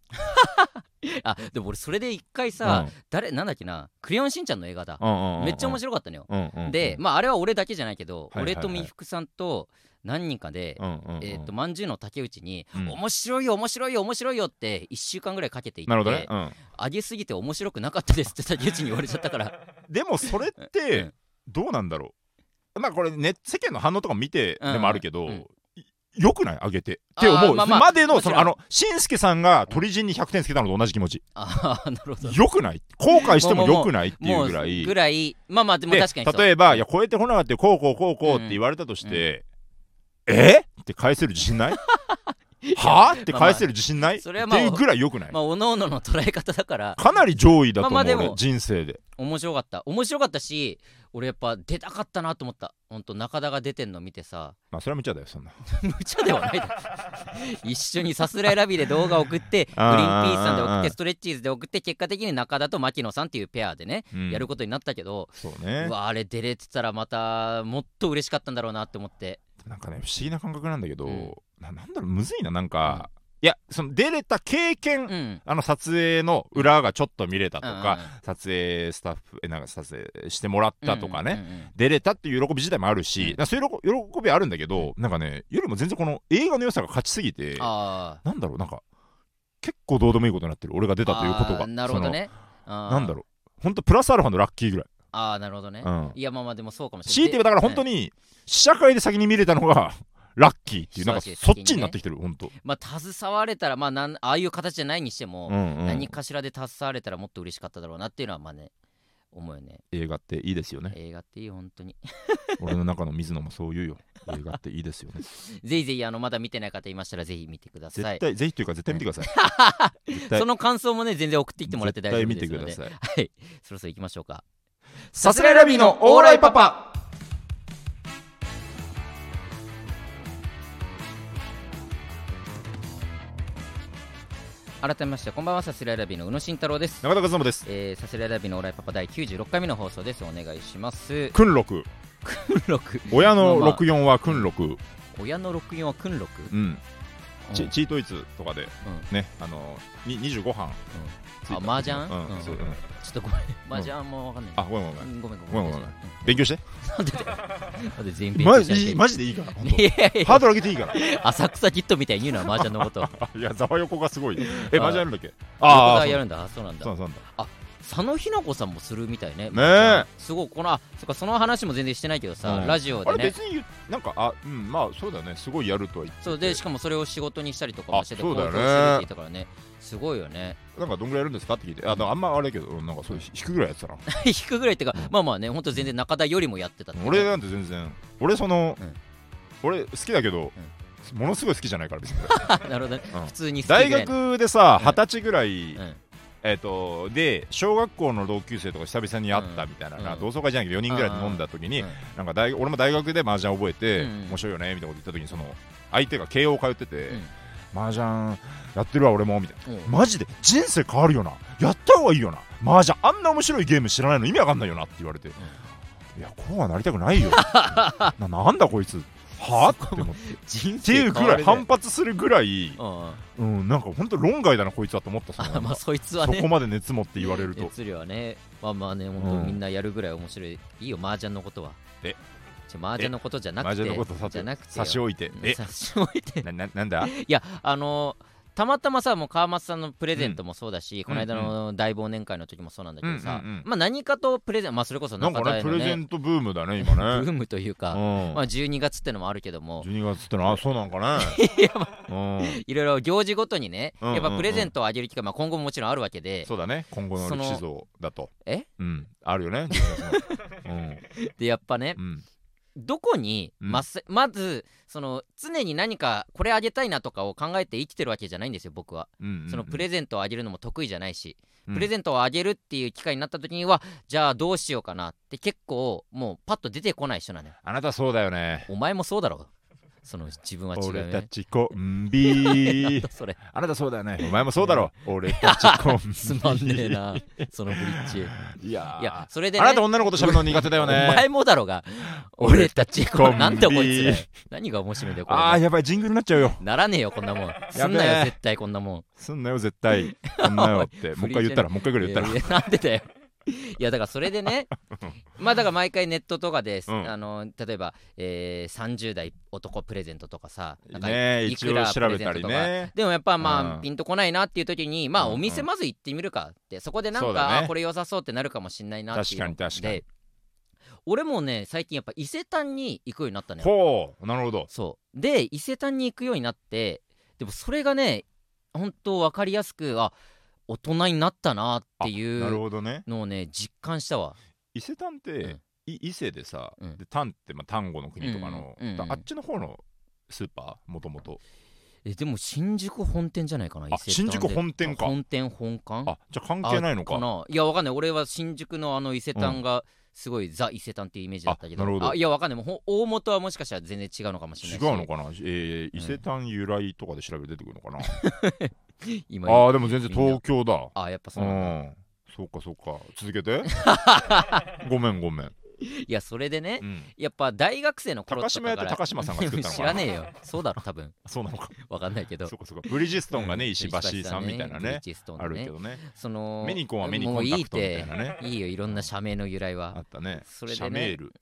[SPEAKER 1] あでも俺それで一回さ、誰なんだっけな「クレヨンしんちゃん」の映画だ、めっちゃ面
[SPEAKER 2] 白
[SPEAKER 1] 白かったのよ、
[SPEAKER 2] い
[SPEAKER 1] で、まあ、あれは俺だけじゃないけど、
[SPEAKER 2] はいはいはい
[SPEAKER 1] 俺と美福さんと何人かで、
[SPEAKER 2] うんうんうん
[SPEAKER 1] えっ、と、まんじゅうの竹内に、
[SPEAKER 2] うん
[SPEAKER 1] 面白いよ、面白いよ、面白いよって、1週間ぐらいかけていって、
[SPEAKER 2] なるほどねうん
[SPEAKER 1] 上げすぎて面白くなかったですって竹内に言われちゃった
[SPEAKER 2] *laughs*
[SPEAKER 1] から、
[SPEAKER 2] でもそれっ
[SPEAKER 1] う
[SPEAKER 2] て
[SPEAKER 1] ん
[SPEAKER 2] どうなんだろうまあこれね世間の反応とか見てでもあるけど、
[SPEAKER 1] うんうん
[SPEAKER 2] いよくない上げてって思
[SPEAKER 1] あ
[SPEAKER 2] う
[SPEAKER 1] ーまあまあ
[SPEAKER 2] までの
[SPEAKER 1] もち
[SPEAKER 2] そ
[SPEAKER 1] ろん
[SPEAKER 2] のあのしんすけさんが鳥人に100点つけたのと同じ気持ち
[SPEAKER 1] ああ、なるほど。
[SPEAKER 2] よくない後悔して
[SPEAKER 1] も
[SPEAKER 2] も
[SPEAKER 1] うもう
[SPEAKER 2] よくないっていうぐらい
[SPEAKER 1] ぐらい、まあまあ、でも
[SPEAKER 2] で
[SPEAKER 1] 確かにそう。
[SPEAKER 2] 例えばいや超えてこな
[SPEAKER 1] *laughs*
[SPEAKER 2] かったよこうこうこうこうって言われたとして、えって返せる自信ないはあって返せる自信ないっ
[SPEAKER 1] そ
[SPEAKER 2] て
[SPEAKER 1] れはまあ
[SPEAKER 2] いうぐらいよくない
[SPEAKER 1] まあ、おのおのの捉え方だから、
[SPEAKER 2] かなり上位だと思
[SPEAKER 1] まあ
[SPEAKER 2] う
[SPEAKER 1] まあでも
[SPEAKER 2] 俺人生で
[SPEAKER 1] 面白かった。面白かったし、俺やっぱ出たかったなと思った。ほんと、中田が出てんの見てさ、
[SPEAKER 2] まあそれは無茶だよそんな
[SPEAKER 1] 無茶では
[SPEAKER 2] *laughs*
[SPEAKER 1] ないだろ一緒にさすらいラビで動画送って、グリ
[SPEAKER 2] あー
[SPEAKER 1] ーンピースさんで送
[SPEAKER 2] あー
[SPEAKER 1] っ
[SPEAKER 2] あ
[SPEAKER 1] て、
[SPEAKER 2] ー
[SPEAKER 1] ストレッチーズで送って、結果的に中田と牧野さんっていうペアでね、
[SPEAKER 2] うん
[SPEAKER 1] やることになったけど、
[SPEAKER 2] そう
[SPEAKER 1] う
[SPEAKER 2] ね
[SPEAKER 1] わ、あれ出れてたらまた、もっと嬉しかったんだろうなって思って。
[SPEAKER 2] なんかね不思議な感覚なんだけど、
[SPEAKER 1] うん
[SPEAKER 2] ななんだろうむずいななんか、いやその出れた経験、
[SPEAKER 1] うん。
[SPEAKER 2] あの撮影の裏がちょっと見れたとか、
[SPEAKER 1] うんうんうん
[SPEAKER 2] 撮影スタッフえなんか撮影してもらったとかね、
[SPEAKER 1] うんうんうんうん。
[SPEAKER 2] 出れたっていう喜び自体もあるし、
[SPEAKER 1] うん
[SPEAKER 2] だからそういう喜喜びはあるんだけど、なんかねよりも全然この映画の良さが勝ちすぎて
[SPEAKER 1] ああ。
[SPEAKER 2] なんだろうなんか結構どうでもいいことになってる俺が出たということ
[SPEAKER 1] あー
[SPEAKER 2] が
[SPEAKER 1] なるほどね。
[SPEAKER 2] そ
[SPEAKER 1] な
[SPEAKER 2] のなんだろうほんとプラスアルファのラッキーぐらい、
[SPEAKER 1] ああ、なるほどね
[SPEAKER 2] う。ん、
[SPEAKER 1] いや、まあまあ、でもそうかもしれな
[SPEAKER 2] 強い
[SPEAKER 1] い。
[SPEAKER 2] て言えばだから本当
[SPEAKER 1] に。
[SPEAKER 2] に試写会で先に見れたの
[SPEAKER 1] *laughs*
[SPEAKER 2] がラッキーっていうなんか
[SPEAKER 1] そうです
[SPEAKER 2] そっちになってきてる本当、
[SPEAKER 1] まあ、携われたら、まあなん、ああいう形じゃないにしても、
[SPEAKER 2] うんうん
[SPEAKER 1] 何かしらで携われたらもっと嬉しかっただろうなっていうのは、まあね、思うよね。
[SPEAKER 2] 映画っていいですよね
[SPEAKER 1] 映画っていいよ、本当に。
[SPEAKER 2] 俺の中の水野もそ
[SPEAKER 1] *laughs*
[SPEAKER 2] う言うよ映画っていいですよね
[SPEAKER 1] ぜひぜひ、あの、まだ見てない方いましたら、ぜひ見てくだ
[SPEAKER 2] 絶
[SPEAKER 1] さい。
[SPEAKER 2] 対ぜひというか絶対見てください絶対
[SPEAKER 1] その感想もね、全然送ってきてもらって大丈夫ですので。
[SPEAKER 2] 絶対見てくだ
[SPEAKER 1] はい。そろそろ行きましょうか。
[SPEAKER 2] さすらいラビーのオーライパパ
[SPEAKER 1] 改めまして、こんばんは、さすらいラビーの宇野慎太郎です。
[SPEAKER 2] 中田和伸です
[SPEAKER 1] えー、さすらいラビーのオーライパパ第96回目の放送です。お願いします。
[SPEAKER 2] 訓六
[SPEAKER 1] 6。
[SPEAKER 2] 親の
[SPEAKER 1] まあまあ
[SPEAKER 2] 64は訓六
[SPEAKER 1] 親の64は訓6、
[SPEAKER 2] うんチ
[SPEAKER 1] うん
[SPEAKER 2] チートイツとかでねあのに25班ついた
[SPEAKER 1] あ麻雀
[SPEAKER 2] うん
[SPEAKER 1] うん
[SPEAKER 2] そううん
[SPEAKER 1] ちょっとごめん。マージャンもわかんない。
[SPEAKER 2] あごめんごめ
[SPEAKER 1] うんんごめんごめん。
[SPEAKER 2] ごめんごめん勉強して
[SPEAKER 1] なんでだよなんで全編
[SPEAKER 2] マ
[SPEAKER 1] 勉強し
[SPEAKER 2] ジ
[SPEAKER 1] て
[SPEAKER 2] マジでいいから本当
[SPEAKER 1] *laughs* いやいやい
[SPEAKER 2] ハードル上げていいから
[SPEAKER 1] や浅草キッドみたいに言うな、マージャンの *laughs* こと。
[SPEAKER 2] あいやざわ横がすごいえ
[SPEAKER 1] あ
[SPEAKER 2] マジやるんだっけ
[SPEAKER 1] あ
[SPEAKER 2] あ
[SPEAKER 1] あ、
[SPEAKER 2] ー
[SPEAKER 1] やるんだ。あそうなんだ
[SPEAKER 2] そう。そうなんだ
[SPEAKER 1] 佐野日な子さんもするみたいね。
[SPEAKER 2] え
[SPEAKER 1] 麻雀すごい、この、あ、そっか、その話も全然してないけどさ
[SPEAKER 2] う、ん
[SPEAKER 1] ラジオ
[SPEAKER 2] あ
[SPEAKER 1] で
[SPEAKER 2] れ
[SPEAKER 1] ね
[SPEAKER 2] 別。に言うなんかあうんまあそうだねすごいやるとは言って
[SPEAKER 1] そうで、しかもそれを仕事にしたりとかもしてて、
[SPEAKER 2] あそうだよね
[SPEAKER 1] 公表してるって言ったからね。すごいよね。 *laughs*
[SPEAKER 2] なんかどんぐらいやるんですかって聞いてああんまあれだけどなんかそういう引くぐらいやってたな
[SPEAKER 1] 引くぐらいっていうか、まあまあね、ほんと全然中田よりもやってたってね。
[SPEAKER 2] 俺なんて全然俺その、
[SPEAKER 1] うん
[SPEAKER 2] 俺好きだけど、ものすごい好きじゃないか
[SPEAKER 1] *laughs*
[SPEAKER 2] ら別に
[SPEAKER 1] なるほどね
[SPEAKER 2] うん
[SPEAKER 1] 普通に好きぐら
[SPEAKER 2] 大
[SPEAKER 1] いの
[SPEAKER 2] 学でさ
[SPEAKER 1] うん
[SPEAKER 2] 二十歳ぐらい、
[SPEAKER 1] うん
[SPEAKER 2] えっ、とで小学校の同級生とか久々に会ったみたいな、
[SPEAKER 1] うん
[SPEAKER 2] な同窓会じゃないけど4人ぐらいで飲んだ時に、
[SPEAKER 1] うん
[SPEAKER 2] なんか大俺も大学で麻雀覚えて、
[SPEAKER 1] うん
[SPEAKER 2] 面白いよねみたいなこと言った時にその相手が慶応通ってて、
[SPEAKER 1] うん
[SPEAKER 2] 麻雀やってるわ俺もみたいな
[SPEAKER 1] うん
[SPEAKER 2] マジで人生変わるよなやった方がいいよな麻雀あんな面白いゲーム知らないの意味わかんないよなって言われて、いやこうはなりたくな
[SPEAKER 1] *laughs*
[SPEAKER 2] いよななんだこいつはあって思って
[SPEAKER 1] 人
[SPEAKER 2] っていうぐらい反
[SPEAKER 1] 半
[SPEAKER 2] 発するぐらい、
[SPEAKER 1] うん
[SPEAKER 2] うん、なんか本当論外だなこいつはと思ったそ
[SPEAKER 1] あ
[SPEAKER 2] の
[SPEAKER 1] *laughs* まあそいつは
[SPEAKER 2] そ
[SPEAKER 1] ね
[SPEAKER 2] こまで熱持って言われると
[SPEAKER 1] 熱量はねまあまあね本
[SPEAKER 2] う
[SPEAKER 1] 当
[SPEAKER 2] ん
[SPEAKER 1] みんなやるぐらい面白い、いいよ麻雀のことは
[SPEAKER 2] え
[SPEAKER 1] ちょ麻雀のことじゃなくて
[SPEAKER 2] 麻雀のことさ
[SPEAKER 1] じ
[SPEAKER 2] て
[SPEAKER 1] ゃなくて
[SPEAKER 2] 差し置いて
[SPEAKER 1] うん
[SPEAKER 2] え
[SPEAKER 1] 差し置いて
[SPEAKER 2] なななんだ
[SPEAKER 1] いやあのたまたまさもう川松さんのプレゼントもそうだし、この間の大忘年会の時もそうなんだけどさ、
[SPEAKER 2] うんうんうん
[SPEAKER 1] まあ何かとプレゼンまあそれこそ
[SPEAKER 2] なん
[SPEAKER 1] 中
[SPEAKER 2] か
[SPEAKER 1] 田
[SPEAKER 2] ね
[SPEAKER 1] へ
[SPEAKER 2] プ
[SPEAKER 1] の
[SPEAKER 2] レゼ
[SPEAKER 1] ね
[SPEAKER 2] ントブームだね今ね、
[SPEAKER 1] ブームという
[SPEAKER 2] う
[SPEAKER 1] か、
[SPEAKER 2] ん
[SPEAKER 1] まあ12月ってのもあるけども
[SPEAKER 2] 12月ってのはあそうなんかね
[SPEAKER 1] *laughs*
[SPEAKER 2] うん
[SPEAKER 1] いろいろ行事ごとにね、
[SPEAKER 2] うんうんうん
[SPEAKER 1] やっぱプレゼントをあげる機会、まあ、今後ももちろんあるわけで
[SPEAKER 2] そうだね今後の歴史像だと
[SPEAKER 1] え
[SPEAKER 2] うんあるよね12月の
[SPEAKER 1] でやっぱね
[SPEAKER 2] うんうん
[SPEAKER 1] どこに
[SPEAKER 2] うん
[SPEAKER 1] まっせまずその常に何かこれあげたいなとかを考えて生きてるわけじゃないんですよ僕は
[SPEAKER 2] うんうん
[SPEAKER 1] そのプレゼントをあげるのも得意じゃないし、
[SPEAKER 2] うん
[SPEAKER 1] プレゼントをあげるっていう機会になった時にはじゃあどうしようかなって結構もうパッと出てこない人なのよ
[SPEAKER 2] あなたそうだよね
[SPEAKER 1] お前もそうだろその自分は違うよ
[SPEAKER 2] 俺た
[SPEAKER 1] ね
[SPEAKER 2] ちコンビ
[SPEAKER 1] それ
[SPEAKER 2] *laughs* あなたそうだよねお前もそうだろ俺たちコンビ
[SPEAKER 1] *laughs* すまんねえなそのブリッジ
[SPEAKER 2] いやー
[SPEAKER 1] いやそれで、
[SPEAKER 2] あ
[SPEAKER 1] ね、
[SPEAKER 2] なた女の子と喋るの苦手だ
[SPEAKER 1] *laughs*
[SPEAKER 2] よ
[SPEAKER 1] お前
[SPEAKER 2] ね
[SPEAKER 1] もだろが俺
[SPEAKER 2] 俺
[SPEAKER 1] たち
[SPEAKER 2] コンビ
[SPEAKER 1] なんだこいつら何が面白いんだよこ
[SPEAKER 2] ああ
[SPEAKER 1] れ
[SPEAKER 2] やばいジングルになっちゃうよ
[SPEAKER 1] ならねえよこんなもんすんな
[SPEAKER 2] やべ
[SPEAKER 1] よ
[SPEAKER 2] え
[SPEAKER 1] 絶対こんなもん
[SPEAKER 2] すんなよ
[SPEAKER 1] *laughs*
[SPEAKER 2] 絶対そんなよってもう一回言ったらもう一回ぐらい言ったら
[SPEAKER 1] いやいやなんでだ
[SPEAKER 2] *laughs*
[SPEAKER 1] よいやだからそれでねまあだから毎回ネットとかで、
[SPEAKER 2] うん
[SPEAKER 1] あの例えば、えー、30代男プレゼントとかさなんか
[SPEAKER 2] ねえ
[SPEAKER 1] い
[SPEAKER 2] 一
[SPEAKER 1] く
[SPEAKER 2] 応
[SPEAKER 1] らプ
[SPEAKER 2] 調
[SPEAKER 1] レ
[SPEAKER 2] べ
[SPEAKER 1] ゼン
[SPEAKER 2] た
[SPEAKER 1] ト
[SPEAKER 2] り
[SPEAKER 1] とか、
[SPEAKER 2] ね
[SPEAKER 1] でもやっぱまあ、
[SPEAKER 2] うん
[SPEAKER 1] ピンとこないなっていう時にまあ
[SPEAKER 2] うんうん
[SPEAKER 1] お店まず行ってみるかってそこでなんか、
[SPEAKER 2] そうだね
[SPEAKER 1] あこれ良さそうってなるかもしんないなっていうの
[SPEAKER 2] 確かに確かに
[SPEAKER 1] で俺もね最近やっぱ伊勢丹に行くようになったのよ
[SPEAKER 2] ほうなるほど
[SPEAKER 1] そうで伊勢丹に行くようになってでもそれがね本当分かりやすくあ大人になったなってい
[SPEAKER 2] なる
[SPEAKER 1] う
[SPEAKER 2] ほどね
[SPEAKER 1] のをね実感したわ
[SPEAKER 2] 伊勢丹って、
[SPEAKER 1] うん
[SPEAKER 2] い伊勢でさ、
[SPEAKER 1] うん
[SPEAKER 2] で丹ってまあ丹後の国とかの、
[SPEAKER 1] うんうんうんうん
[SPEAKER 2] だあっちの方のスーパーもともと
[SPEAKER 1] えでも新宿本店じゃないかな伊
[SPEAKER 2] あ
[SPEAKER 1] 勢丹
[SPEAKER 2] 新
[SPEAKER 1] で
[SPEAKER 2] 宿本店か
[SPEAKER 1] 本店本館
[SPEAKER 2] あじゃあ関係ないのか
[SPEAKER 1] あいやわかんない俺は新宿のあの伊勢丹がすごい、ザ伊勢丹っていうイメージだったけど
[SPEAKER 2] あなるほど
[SPEAKER 1] いやわかんないもうほん大元はもしかしたら全然違うのかもしれ
[SPEAKER 2] 違
[SPEAKER 1] ないし
[SPEAKER 2] うのかな、えー、伊勢丹由来とかで調べて出てくるのかな、
[SPEAKER 1] 今
[SPEAKER 2] ああでも全然東京だ
[SPEAKER 1] あやっぱそううなんだ
[SPEAKER 2] んそうかそうか続
[SPEAKER 1] *laughs*
[SPEAKER 2] けてごめんごめん、
[SPEAKER 1] いやそれでね、
[SPEAKER 2] うん、
[SPEAKER 1] やっぱ大学生の頃と
[SPEAKER 2] 高
[SPEAKER 1] か
[SPEAKER 2] 島
[SPEAKER 1] か
[SPEAKER 2] 屋って
[SPEAKER 1] ら
[SPEAKER 2] 高島さんが作ったのかな
[SPEAKER 1] 知らねえよそうだろ多分
[SPEAKER 2] そうなのか
[SPEAKER 1] わかんないけど
[SPEAKER 2] そうかそうかブリヂストンがね
[SPEAKER 1] うん
[SPEAKER 2] 石橋さんみたいな
[SPEAKER 1] ブリ
[SPEAKER 2] ね
[SPEAKER 1] ヂストン
[SPEAKER 2] あ
[SPEAKER 1] の
[SPEAKER 2] るけ
[SPEAKER 1] ね
[SPEAKER 2] どね
[SPEAKER 1] その
[SPEAKER 2] メニコンはメニコンタクトみたいな
[SPEAKER 1] も
[SPEAKER 2] ね
[SPEAKER 1] ういいっていいよいろんな社名の由来
[SPEAKER 2] あ
[SPEAKER 1] は
[SPEAKER 2] ったね
[SPEAKER 1] それでね
[SPEAKER 2] 社メール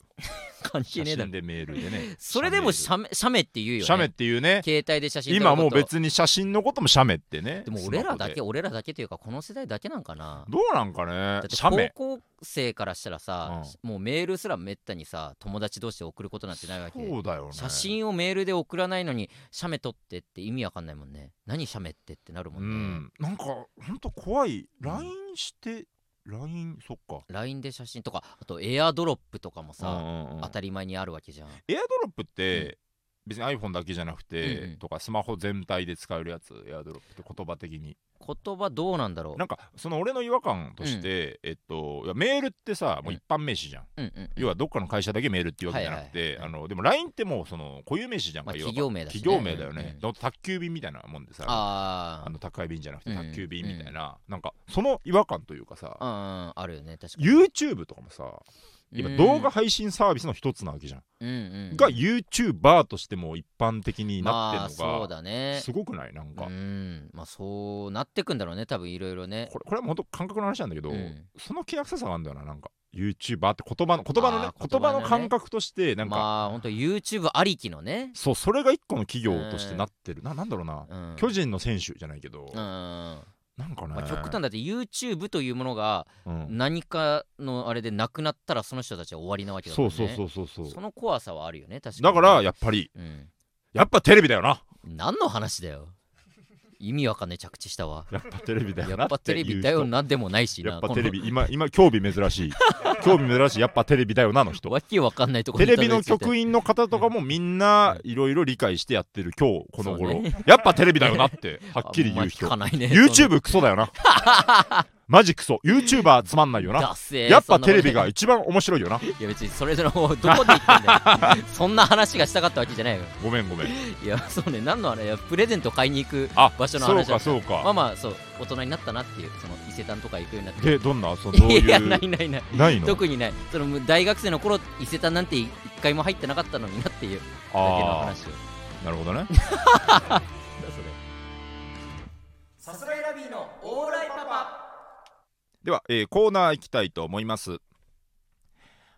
[SPEAKER 1] 関係
[SPEAKER 2] 写
[SPEAKER 1] ねえだ
[SPEAKER 2] 真
[SPEAKER 1] ろ
[SPEAKER 2] でメールでね
[SPEAKER 1] それでも
[SPEAKER 2] 写
[SPEAKER 1] 社名社名って言うよ
[SPEAKER 2] メ
[SPEAKER 1] ね
[SPEAKER 2] 写メっていうね
[SPEAKER 1] 携帯で写真撮ること
[SPEAKER 2] 今もう別に写真のことも写メってね
[SPEAKER 1] でも俺らだけ
[SPEAKER 2] スマホ
[SPEAKER 1] 俺らだけというかこの世代だけなんかな
[SPEAKER 2] でどうなんかね
[SPEAKER 1] だって
[SPEAKER 2] 写メ
[SPEAKER 1] 高校生からしたらさ、もうメールすらめったにさ友達同士で送ることなんてないわけで
[SPEAKER 2] そうだよね
[SPEAKER 1] 写真をメールで送らないのに写メ撮ってって意味わかんないもんね何写メってってなるも
[SPEAKER 2] うん
[SPEAKER 1] ね、
[SPEAKER 2] んなんかほんと怖い LINE して、LINE そっか
[SPEAKER 1] LINE で写真とかあとエアドロップとかも
[SPEAKER 2] うん
[SPEAKER 1] さ、
[SPEAKER 2] うんうん
[SPEAKER 1] 当たり前にあるわけじゃん
[SPEAKER 2] エアドロップって、別に iPhone だけじゃなくて、
[SPEAKER 1] うんうん
[SPEAKER 2] とかスマホ全体で使えるやつエアドロップって言葉的に
[SPEAKER 1] 言葉どうなんだろう
[SPEAKER 2] なんかその俺の違和感として、えっといやメールってさもう一般名詞じゃん、
[SPEAKER 1] うんうん
[SPEAKER 2] 要はどっかの会社だけメールっていうわけじゃなくて、
[SPEAKER 1] はいはいはい
[SPEAKER 2] あのでも LINE ってもうその固有名詞じゃんか、
[SPEAKER 1] まあ
[SPEAKER 2] いわば
[SPEAKER 1] 企業名だしね
[SPEAKER 2] 企業名だよね、
[SPEAKER 1] うんうん
[SPEAKER 2] だから宅急便みたいなもんでさあ
[SPEAKER 1] あー
[SPEAKER 2] の宅配便じゃなくて
[SPEAKER 1] うんうん
[SPEAKER 2] 宅急便みたいな、なんかその違和感というかさ、
[SPEAKER 1] あうんあるよね確かに
[SPEAKER 2] YouTube とかもさ今動画
[SPEAKER 1] が、
[SPEAKER 2] 配信サービスの一つなわけじゃん、
[SPEAKER 1] うんうん、
[SPEAKER 2] が YouTuber としても一般的になってる
[SPEAKER 1] まあ、そ
[SPEAKER 2] の
[SPEAKER 1] う
[SPEAKER 2] が、
[SPEAKER 1] だね
[SPEAKER 2] すごくないなんか、
[SPEAKER 1] うんまあそうなってくんだろうね多分いろいろね
[SPEAKER 2] これこれはもう本当感覚の話なんだけど、
[SPEAKER 1] うん
[SPEAKER 2] その気な臭さがあるんだよななんか YouTuber って言葉の言葉のね
[SPEAKER 1] あー
[SPEAKER 2] 言葉
[SPEAKER 1] 言葉
[SPEAKER 2] の
[SPEAKER 1] のね
[SPEAKER 2] 感覚としてなんか、
[SPEAKER 1] まあ本当 YouTube ありきのね、
[SPEAKER 2] そうそれが一個の企業としてなってる、ななんだろうな、
[SPEAKER 1] うん、
[SPEAKER 2] 巨人の選手じゃないけど、
[SPEAKER 1] うん、ま
[SPEAKER 2] なんかね、
[SPEAKER 1] あ、極端だって YouTube というものが
[SPEAKER 2] うん
[SPEAKER 1] 何かのあれでなくなったらその人たちは終わりなわけだか
[SPEAKER 2] そ
[SPEAKER 1] ら、
[SPEAKER 2] う
[SPEAKER 1] ね、
[SPEAKER 2] そうそううそうそう
[SPEAKER 1] その怖さはあるよね確かに
[SPEAKER 2] だからやっぱり
[SPEAKER 1] うん、
[SPEAKER 2] やっぱテレビだよな
[SPEAKER 1] 何の話だよ意味わかんない着地したわ
[SPEAKER 2] やっぱテレビだよ
[SPEAKER 1] や
[SPEAKER 2] な
[SPEAKER 1] っぱ
[SPEAKER 2] って
[SPEAKER 1] テ
[SPEAKER 2] い
[SPEAKER 1] レ
[SPEAKER 2] う人
[SPEAKER 1] ビだよなんでもないしな
[SPEAKER 2] やっぱテレビ今今興味珍 *laughs* しい興味珍しいやっぱテレビだよなの人
[SPEAKER 1] このわけわかんないとこ
[SPEAKER 2] テ
[SPEAKER 1] に
[SPEAKER 2] レビの
[SPEAKER 1] たどり着いて
[SPEAKER 2] 局員の方とかもみんないろいろ理解してやってる今日この頃、
[SPEAKER 1] そうね
[SPEAKER 2] やっぱテレビだよなってはっきり言う人
[SPEAKER 1] あんま聞かないね
[SPEAKER 2] YouTube クソだよなマジクソ YouTuber つまんないよな
[SPEAKER 1] ダセー
[SPEAKER 2] やっぱ
[SPEAKER 1] そんな
[SPEAKER 2] テ
[SPEAKER 1] こと
[SPEAKER 2] レビが一番面白いよない
[SPEAKER 1] や別にそれぞれもうどこで言ってんだよ *laughs* そんな話がしたかったわけじゃないよ
[SPEAKER 2] ごめんごめん
[SPEAKER 1] いやそうね何のあれいやプレゼント買いに行く
[SPEAKER 2] あ
[SPEAKER 1] 場所の
[SPEAKER 2] そう
[SPEAKER 1] 話だ
[SPEAKER 2] か
[SPEAKER 1] った
[SPEAKER 2] そうか、
[SPEAKER 1] まあまあそう大人になったなっていうその伊勢丹とか行くようになって
[SPEAKER 2] でどんなそのどういう
[SPEAKER 1] やないないない
[SPEAKER 2] ないの
[SPEAKER 1] 特にないその大学生の頃伊勢丹なんて一回も入ってなかったのになっていうだけの
[SPEAKER 2] あ
[SPEAKER 1] 話を
[SPEAKER 2] あなるほどね
[SPEAKER 1] さすらいラビーのオーライパパ
[SPEAKER 2] では、えーコーナー行きたいと思います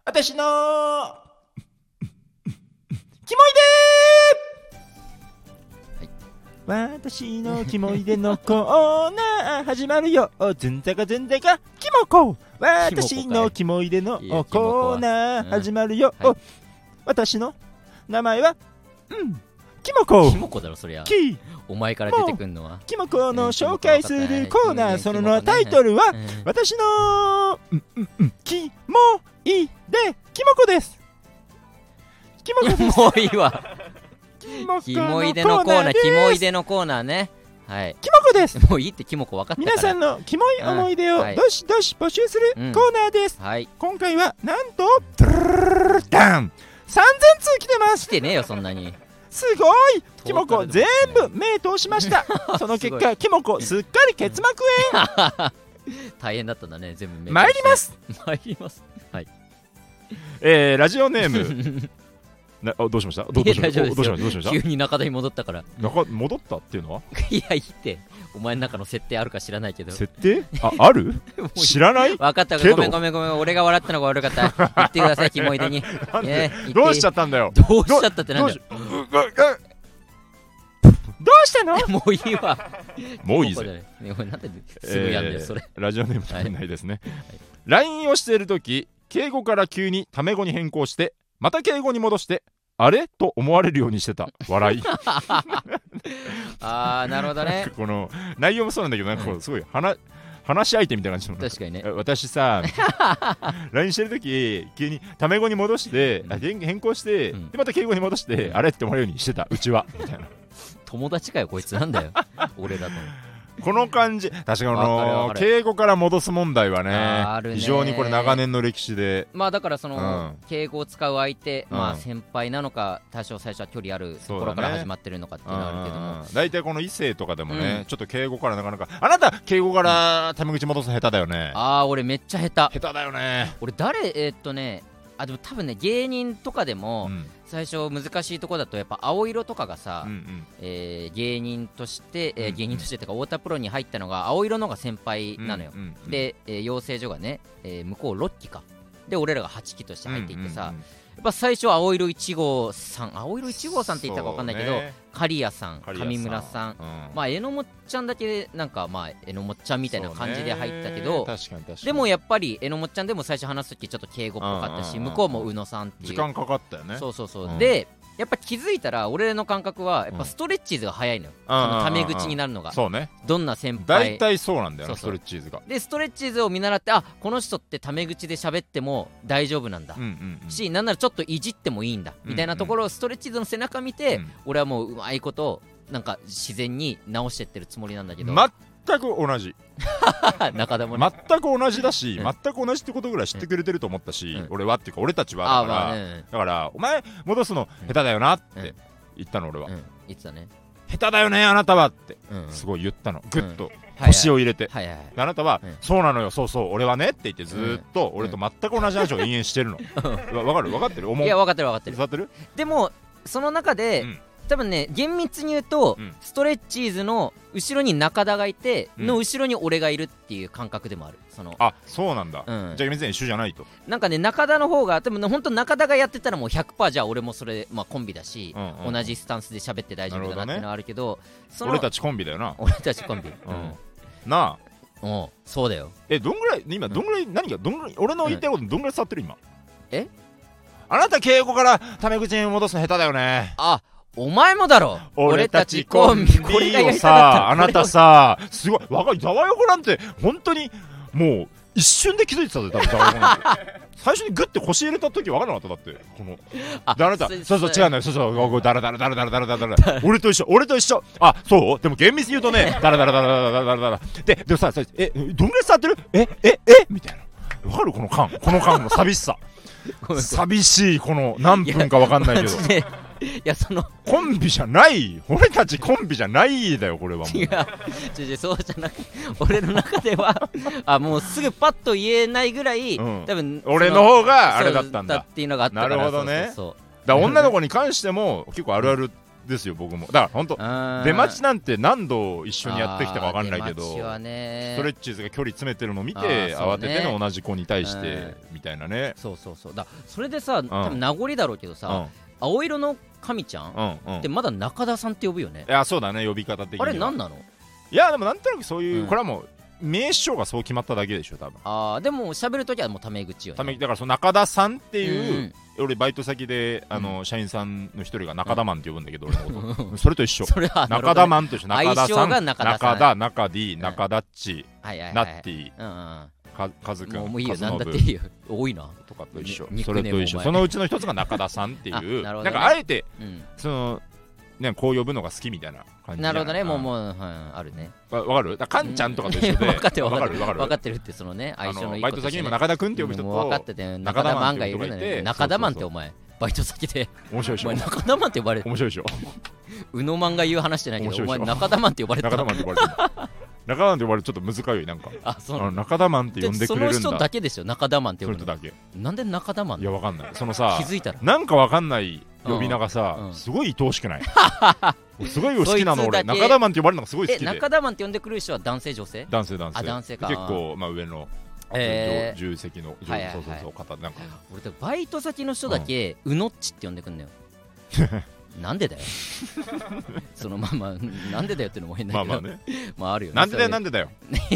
[SPEAKER 2] 私のキモいでー、私のキモいでのコーナー始まるよずんざかずんざかキモコ私のキモいでの
[SPEAKER 1] いやキモコ
[SPEAKER 2] コ
[SPEAKER 1] は
[SPEAKER 2] ーナ
[SPEAKER 1] う
[SPEAKER 2] ー
[SPEAKER 1] ん
[SPEAKER 2] 始まるよ、
[SPEAKER 1] はい
[SPEAKER 2] 私の名前はうんキモコ
[SPEAKER 1] キモコだろそりゃ
[SPEAKER 2] キ
[SPEAKER 1] お前から出てくんのは
[SPEAKER 2] キモコの紹介するコーナーその名はタイトルは
[SPEAKER 1] うん
[SPEAKER 2] 私のうんうんうんキモいでキモコですキモコです
[SPEAKER 1] もういいわ
[SPEAKER 2] キモコ
[SPEAKER 1] *laughs* キモいでのコーナー
[SPEAKER 2] です
[SPEAKER 1] キモいでのコーナーねはい
[SPEAKER 2] キモコです
[SPEAKER 1] もういいってキモコ分かったから
[SPEAKER 2] 皆さんのキモい思い出
[SPEAKER 1] うん
[SPEAKER 2] を
[SPEAKER 1] はい
[SPEAKER 2] どしどし募集する
[SPEAKER 1] うん
[SPEAKER 2] コーナーです
[SPEAKER 1] はい
[SPEAKER 2] 今回はなんとドゥルルルルダン3000通来てま
[SPEAKER 1] 来
[SPEAKER 2] す
[SPEAKER 1] てねえよそんなに
[SPEAKER 2] すごい
[SPEAKER 1] ト
[SPEAKER 2] キ
[SPEAKER 1] ー
[SPEAKER 2] モ
[SPEAKER 1] タ
[SPEAKER 2] コ
[SPEAKER 1] ルで
[SPEAKER 2] 全
[SPEAKER 1] も
[SPEAKER 2] 部目通しましたその
[SPEAKER 1] *laughs*
[SPEAKER 2] 結
[SPEAKER 1] すご
[SPEAKER 2] 果キモコすっかり結膜
[SPEAKER 1] 大変だったんだね全部メイ
[SPEAKER 2] 炎
[SPEAKER 1] ク
[SPEAKER 2] 参ります
[SPEAKER 1] 参ります
[SPEAKER 2] えーラジオネームなあどうしましたどうどうしま
[SPEAKER 1] 大
[SPEAKER 2] し
[SPEAKER 1] 丈
[SPEAKER 2] た
[SPEAKER 1] 夫
[SPEAKER 2] おどう
[SPEAKER 1] で
[SPEAKER 2] しましたどうしまし
[SPEAKER 1] す
[SPEAKER 2] た
[SPEAKER 1] よ急に中田に戻ったから *laughs*
[SPEAKER 2] なんか戻ったっていうのはい
[SPEAKER 1] やいいってお前の中の設定あるか知らないけど
[SPEAKER 2] 設定あある
[SPEAKER 1] もう
[SPEAKER 2] 知らない
[SPEAKER 1] 分かった
[SPEAKER 2] けど
[SPEAKER 1] ごめんごめんごめん俺が笑ったのが悪か *laughs* った言ってくださいキモいでに
[SPEAKER 2] なん
[SPEAKER 1] え
[SPEAKER 2] で
[SPEAKER 1] ー
[SPEAKER 2] どうしちゃったんだよ
[SPEAKER 1] どうしちゃったってなん
[SPEAKER 2] どう
[SPEAKER 1] だ
[SPEAKER 2] し
[SPEAKER 1] よ
[SPEAKER 2] ううううどうしたの
[SPEAKER 1] もういいわ
[SPEAKER 2] もういい
[SPEAKER 1] ここ
[SPEAKER 2] ぜ
[SPEAKER 1] じゃないねお前なんですぐやんだよそれ
[SPEAKER 2] えーラジオネームじゃないですね LINE をしているとき敬語から急にタメ語に変更してまた敬語に戻してあれと思われるようにしてた
[SPEAKER 1] *laughs*
[SPEAKER 2] 笑い
[SPEAKER 1] ああなるほどね
[SPEAKER 2] この内容もそうなんだけどなんかこうすごい話話し相手みたいな感じの
[SPEAKER 1] 確かにね
[SPEAKER 2] え
[SPEAKER 1] *laughs*
[SPEAKER 2] 私さ LINE してる時急にタメ語に戻して、あ変変更して、
[SPEAKER 1] うん
[SPEAKER 2] でまた敬語に戻して、
[SPEAKER 1] うん
[SPEAKER 2] あれって思われるようにしてたうちはみたいな
[SPEAKER 1] 友達かよこいつなん *laughs* だよ俺だと思う
[SPEAKER 2] この感じ確かにあ
[SPEAKER 1] わかるわ
[SPEAKER 2] の
[SPEAKER 1] かる
[SPEAKER 2] 敬語から戻す問題はね
[SPEAKER 1] あるね
[SPEAKER 2] 非常にこれ長年の歴史で
[SPEAKER 1] まあだからその、
[SPEAKER 2] うん
[SPEAKER 1] 敬語を使う相手、
[SPEAKER 2] うん
[SPEAKER 1] まあ先輩なのか多少最初は距離あるところから
[SPEAKER 2] そうだね
[SPEAKER 1] 始まってるのかっていう
[SPEAKER 2] うん
[SPEAKER 1] のはあるけども、
[SPEAKER 2] 大体この異性とかでもね、
[SPEAKER 1] うん
[SPEAKER 2] ちょっと敬語からなかなかあなた敬語からタメ口戻すの下手だよね
[SPEAKER 1] ああ俺めっちゃ下手
[SPEAKER 2] 下手だよね、
[SPEAKER 1] 俺誰えーっとねあでも多分ね芸人とかで
[SPEAKER 2] うん
[SPEAKER 1] も、
[SPEAKER 2] うん
[SPEAKER 1] 最初難しいとこだとやっぱ青色とかがさ、
[SPEAKER 2] うん、
[SPEAKER 1] えー芸人として、えー
[SPEAKER 2] うん
[SPEAKER 1] 芸人としてとか太田プロに入ったのが青色のが先輩なのよ、
[SPEAKER 2] うんうん
[SPEAKER 1] で、えー養成所がね、えー向こう6期かで俺らが8期として入っていってさ、
[SPEAKER 2] うんうんうん
[SPEAKER 1] やっぱ最初は青色1号さん青色1号さんって言ったか分かんないけど、
[SPEAKER 2] そうね
[SPEAKER 1] 刈谷さん
[SPEAKER 2] 刈
[SPEAKER 1] 上
[SPEAKER 2] 谷
[SPEAKER 1] 村さん
[SPEAKER 2] うん
[SPEAKER 1] まあえのもっちゃんだけなんかまあえのもっちゃんみたいな感じで入ったけど、
[SPEAKER 2] そうね確かに確かに
[SPEAKER 1] でもやっぱりえのもっちゃんでも最初話す時ちょっと敬語っぽかったし、
[SPEAKER 2] うんうんうん
[SPEAKER 1] 向こうも宇野さんっていう
[SPEAKER 2] 時間かかったよね
[SPEAKER 1] そうそうそう、
[SPEAKER 2] うん
[SPEAKER 1] でやっぱ気づいたら俺の感覚はやっ
[SPEAKER 2] う
[SPEAKER 1] ぱ
[SPEAKER 2] ん
[SPEAKER 1] ストレッチーズが早いのよ、
[SPEAKER 2] うんうん
[SPEAKER 1] そ
[SPEAKER 2] うんうん
[SPEAKER 1] のタメ口になるのが、
[SPEAKER 2] そうね
[SPEAKER 1] どんな先
[SPEAKER 2] 大
[SPEAKER 1] 輩
[SPEAKER 2] 体そうなんだよねス
[SPEAKER 1] そ
[SPEAKER 2] ト
[SPEAKER 1] うそ
[SPEAKER 2] レ
[SPEAKER 1] う
[SPEAKER 2] ッチーズが
[SPEAKER 1] でストレッチーズを見習ってあこの人ってタメ口で喋っても大丈夫なんだ
[SPEAKER 2] う、んうんうん
[SPEAKER 1] しなんならちょっといじってもいいんだ、
[SPEAKER 2] うん
[SPEAKER 1] みたいなところをストレッチーズの背中見て、
[SPEAKER 2] うん
[SPEAKER 1] 俺はもううまいことなんか自然に直してってるつもりなんだけど、
[SPEAKER 2] 全く同じ
[SPEAKER 1] 中田もね、
[SPEAKER 2] 全く同じだし
[SPEAKER 1] うん
[SPEAKER 2] 全く同じってことぐらい知ってくれてると思ったし
[SPEAKER 1] うん
[SPEAKER 2] 俺はっていうか俺たちは
[SPEAKER 1] ああま
[SPEAKER 2] だから
[SPEAKER 1] あね
[SPEAKER 2] だからお前戻すの下手だよなって言ったの俺は
[SPEAKER 1] うん、うん、言ってたね、
[SPEAKER 2] 下手だよねあなたはって
[SPEAKER 1] うんうん
[SPEAKER 2] すごい言ったのグッと
[SPEAKER 1] はいはい
[SPEAKER 2] 腰を入れて
[SPEAKER 1] はいはいはい
[SPEAKER 2] であなたは、
[SPEAKER 1] うん
[SPEAKER 2] そうなのよそうそう俺はねって言ってずーっと俺と全く同じ話を延々
[SPEAKER 1] *laughs*
[SPEAKER 2] してるの、わ分かる分かってる思う
[SPEAKER 1] いや分かってる分かってる
[SPEAKER 2] 伝わってる
[SPEAKER 1] でもその中で、
[SPEAKER 2] うん
[SPEAKER 1] 多分ね厳密に言うと、
[SPEAKER 2] うん
[SPEAKER 1] ストレッチーズの後ろに中田がいて、
[SPEAKER 2] うん
[SPEAKER 1] の後ろに俺がいるっていう感覚でもあるその
[SPEAKER 2] あそうなんだ、
[SPEAKER 1] うん
[SPEAKER 2] じゃあ別に一緒じゃないと、
[SPEAKER 1] なんかね中田の方が多分ね本当中田がやってたらもう100%じゃあ俺もそれ、まあ、コンビだし、
[SPEAKER 2] うんうん
[SPEAKER 1] 同じスタンスで喋って大丈夫だなっていうのはあるけどその
[SPEAKER 2] 俺たちコンビだよな
[SPEAKER 1] 俺たちコンビ、
[SPEAKER 2] う
[SPEAKER 1] うんん
[SPEAKER 2] なあ
[SPEAKER 1] うんそうだよ
[SPEAKER 2] えどんぐらい今どんぐらい、何がどんぐらい俺の言いたいことどんぐらい伝わってる今
[SPEAKER 1] え
[SPEAKER 2] あなた敬語からタメ口に戻すの下手だよね
[SPEAKER 1] あお前もだろ *laughs* これがや
[SPEAKER 2] を
[SPEAKER 1] りたか
[SPEAKER 2] さ
[SPEAKER 1] った
[SPEAKER 2] あ
[SPEAKER 1] の
[SPEAKER 2] なたさすごい若いざわよこなんて本当にもう一瞬で気づいてたぜ多分ざわよこなんて *laughs* 最初にグッて腰入れた時分からなかっただってこの
[SPEAKER 1] あ
[SPEAKER 2] であなたそうそう違う
[SPEAKER 1] う
[SPEAKER 2] のよそうそうこうだらだらだらだらだらだらだら俺と一緒俺と一緒あそうでも厳密に言うと *laughs* ねだらだらだらだらだらだらだらででもささえどんぐらい触ってるえええみたいなわかるこの感この感の寂し *laughs* さ
[SPEAKER 1] ごめん
[SPEAKER 2] 寂しいこの何分かわかんないけ
[SPEAKER 1] マ
[SPEAKER 2] ど
[SPEAKER 1] ジで *laughs* いやその
[SPEAKER 2] コンビじゃない俺たちコンビじゃないだよこれはもう
[SPEAKER 1] 違う違う違うそうじゃなく俺の中ではあもうすぐパッと言えないぐらい、
[SPEAKER 2] うん
[SPEAKER 1] 多分
[SPEAKER 2] 俺
[SPEAKER 1] そ
[SPEAKER 2] の方があれだったん
[SPEAKER 1] そう
[SPEAKER 2] だ
[SPEAKER 1] っていうのがあったから
[SPEAKER 2] なるほどね
[SPEAKER 1] そうそうそう
[SPEAKER 2] だから女の子に関しても結構あるあるですよ僕もだから本当
[SPEAKER 1] あー
[SPEAKER 2] 出待ちなんて何度一緒にやってきたかわかんないけど
[SPEAKER 1] あー出待ちはね
[SPEAKER 2] ストレッチーズが距離詰めてるのを見
[SPEAKER 1] あー
[SPEAKER 2] て、
[SPEAKER 1] そ
[SPEAKER 2] 慌
[SPEAKER 1] うね
[SPEAKER 2] てての同じ子に対し
[SPEAKER 1] う
[SPEAKER 2] て
[SPEAKER 1] ん
[SPEAKER 2] みたいなね。
[SPEAKER 1] そうそうそうだそれでさ多分名残だろうけど
[SPEAKER 2] う
[SPEAKER 1] さ、
[SPEAKER 2] んうん
[SPEAKER 1] 青色の神ちゃんっ
[SPEAKER 2] うん
[SPEAKER 1] て
[SPEAKER 2] い
[SPEAKER 1] まだ中田さんって呼ぶよね
[SPEAKER 2] やそうだね呼び方的に
[SPEAKER 1] あ
[SPEAKER 2] は
[SPEAKER 1] れ何なの
[SPEAKER 2] いやでもなんとなくそういう、
[SPEAKER 1] うん
[SPEAKER 2] これはもう名称がそう決まっただけでしょ多分
[SPEAKER 1] あーでも喋るときはもうタメ口よね
[SPEAKER 2] ため
[SPEAKER 1] っ
[SPEAKER 2] だからその中田さんって
[SPEAKER 1] て
[SPEAKER 2] いう、俺バイト先であの、社員さんの一人が中田マンって呼ぶんだけど、俺のこ
[SPEAKER 1] ん、
[SPEAKER 2] とそれと一
[SPEAKER 1] *laughs*
[SPEAKER 2] 緒
[SPEAKER 1] それはなるほ
[SPEAKER 2] 中
[SPEAKER 1] ど
[SPEAKER 2] 田
[SPEAKER 1] ね
[SPEAKER 2] マンと一緒中田
[SPEAKER 1] 相
[SPEAKER 2] さ
[SPEAKER 1] 性
[SPEAKER 2] ん
[SPEAKER 1] が中田さん
[SPEAKER 2] 中田中 D 中田っち、
[SPEAKER 1] はいはいは
[SPEAKER 2] ナ
[SPEAKER 1] い、は
[SPEAKER 2] ッテ
[SPEAKER 1] い
[SPEAKER 2] ィ
[SPEAKER 1] うんうん
[SPEAKER 2] かカズく
[SPEAKER 1] もうんもういいよ、
[SPEAKER 2] カズ
[SPEAKER 1] な
[SPEAKER 2] ノ
[SPEAKER 1] んだ
[SPEAKER 2] ブ
[SPEAKER 1] っていいよ。多いな。
[SPEAKER 2] とかと一緒
[SPEAKER 1] ニッ
[SPEAKER 2] そ
[SPEAKER 1] クネ
[SPEAKER 2] れ
[SPEAKER 1] ーム
[SPEAKER 2] と一緒
[SPEAKER 1] お前
[SPEAKER 2] そのうちの一つが中田さんっていう
[SPEAKER 1] あなるほどね
[SPEAKER 2] んかあえて
[SPEAKER 1] うん。
[SPEAKER 2] そのねこう呼ぶのが好きみたいな感じ
[SPEAKER 1] なるほどね、もう、
[SPEAKER 2] う
[SPEAKER 1] もう、はいあるね。
[SPEAKER 2] わわかるだからかんちゃんとかと一
[SPEAKER 1] *laughs*
[SPEAKER 2] 緒で
[SPEAKER 1] 分かってる、分かって
[SPEAKER 2] る
[SPEAKER 1] る。
[SPEAKER 2] わかる
[SPEAKER 1] 分かってるって、そのね、
[SPEAKER 2] あ
[SPEAKER 1] 相性の
[SPEAKER 2] の
[SPEAKER 1] いい
[SPEAKER 2] バイ
[SPEAKER 1] こと
[SPEAKER 2] ト
[SPEAKER 1] してね。
[SPEAKER 2] 先にも中田くんって呼ぶ人
[SPEAKER 1] もう分かっ
[SPEAKER 2] と
[SPEAKER 1] てて、
[SPEAKER 2] 中
[SPEAKER 1] 中
[SPEAKER 2] 田
[SPEAKER 1] 田
[SPEAKER 2] マ
[SPEAKER 1] マン
[SPEAKER 2] ンって
[SPEAKER 1] が
[SPEAKER 2] い
[SPEAKER 1] いうるん
[SPEAKER 2] 人が
[SPEAKER 1] だ
[SPEAKER 2] いて
[SPEAKER 1] よ。中田マンってお前、バイト先で、
[SPEAKER 2] 面白い
[SPEAKER 1] お
[SPEAKER 2] でしょ
[SPEAKER 1] 前、中田マンって呼ばれる。
[SPEAKER 2] 面白い
[SPEAKER 1] *laughs*
[SPEAKER 2] でしょ
[SPEAKER 1] 宇野マンが言う話じゃないけ
[SPEAKER 2] 面
[SPEAKER 1] ど、
[SPEAKER 2] 白
[SPEAKER 1] お
[SPEAKER 2] いでし
[SPEAKER 1] 前、
[SPEAKER 2] ょ
[SPEAKER 1] 中田マンって呼ばれた *laughs*
[SPEAKER 2] 中田。マンって呼ばれてる中田マンって呼ばれるちょっと難しいなんか
[SPEAKER 1] あ、そ
[SPEAKER 2] あ
[SPEAKER 1] うな
[SPEAKER 2] の
[SPEAKER 1] の
[SPEAKER 2] 中田マンって呼ん
[SPEAKER 1] で
[SPEAKER 2] で
[SPEAKER 1] そ
[SPEAKER 2] くれ
[SPEAKER 1] の
[SPEAKER 2] るん
[SPEAKER 1] 人
[SPEAKER 2] だ
[SPEAKER 1] だけでしょ、中田マンって
[SPEAKER 2] そ
[SPEAKER 1] 呼ぶ
[SPEAKER 2] れと
[SPEAKER 1] の。
[SPEAKER 2] だけ
[SPEAKER 1] なんで中田マン
[SPEAKER 2] い
[SPEAKER 1] な
[SPEAKER 2] や
[SPEAKER 1] の
[SPEAKER 2] わかんないそ
[SPEAKER 1] *laughs*
[SPEAKER 2] のさ
[SPEAKER 1] 気づいたら。
[SPEAKER 2] なんかわかんない呼び名が
[SPEAKER 1] うんう
[SPEAKER 2] さ
[SPEAKER 1] ん
[SPEAKER 2] すごい愛おし
[SPEAKER 1] *laughs*
[SPEAKER 2] くない俺すごい好きなの
[SPEAKER 1] そいつ
[SPEAKER 2] 俺
[SPEAKER 1] だけ
[SPEAKER 2] 中田マンって呼ばれるのがすごい好
[SPEAKER 1] え、
[SPEAKER 2] きで
[SPEAKER 1] 中田マンって呼んでくる人は男性、女性
[SPEAKER 2] 男性男性
[SPEAKER 1] あ男性か
[SPEAKER 2] 結構まあ上の
[SPEAKER 1] えー
[SPEAKER 2] 重責の
[SPEAKER 1] はいはいは
[SPEAKER 2] そう
[SPEAKER 1] い
[SPEAKER 2] そうそう方なんか
[SPEAKER 1] 俺、バイト先の人だけ、うのっちって呼んでくん
[SPEAKER 2] *laughs*
[SPEAKER 1] だよ。なんでだよ。そのまあまあ、なんでだよってのも変だ
[SPEAKER 2] まあ
[SPEAKER 1] けど。 *laughs*
[SPEAKER 2] まあね
[SPEAKER 1] まああるよね。
[SPEAKER 2] なんでだよ
[SPEAKER 1] そ
[SPEAKER 2] な
[SPEAKER 1] れ
[SPEAKER 2] んでだよ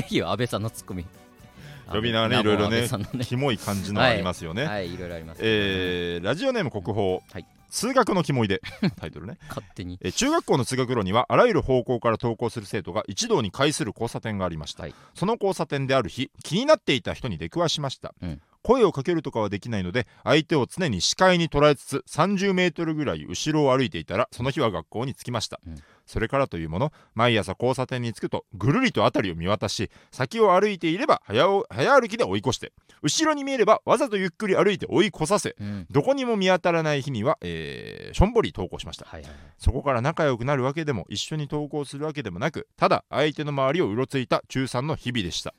[SPEAKER 1] いいよ、安倍さんのツッコミ。
[SPEAKER 2] *laughs* 呼び名はね
[SPEAKER 1] 安倍
[SPEAKER 2] いろいろね
[SPEAKER 1] 安倍さんのね
[SPEAKER 2] キモい感じのありますよね
[SPEAKER 1] はい、いろいろあります。
[SPEAKER 2] えーラジオネーム国宝、
[SPEAKER 1] はい
[SPEAKER 2] 数学の肝いでタイトルね
[SPEAKER 1] 勝手に
[SPEAKER 2] えー中学校の通学路にはあらゆる方向から登校する生徒が一堂に会する交差点がありました、
[SPEAKER 1] はい
[SPEAKER 2] その交差点である日気になっていた人に出くわしました、
[SPEAKER 1] うん
[SPEAKER 2] 声をかけるとかはできないので相手を常に視界に捉えつつ30メートルぐらい後ろを歩いていたらその日は学校に着きました、
[SPEAKER 1] うん
[SPEAKER 2] それからというもの毎朝交差点に着くとぐるりと辺りを見渡し先を歩いていれば早お早歩きで追い越して後ろに見えればわざとゆっくり歩いて追い越させ
[SPEAKER 1] うん
[SPEAKER 2] どこにも見当たらない日には、えーしょんぼり投稿しました
[SPEAKER 1] はいはいはい
[SPEAKER 2] そこから仲良くなるわけでも一緒に投稿するわけでもなくただ相手の周りをうろついた中3の日々でした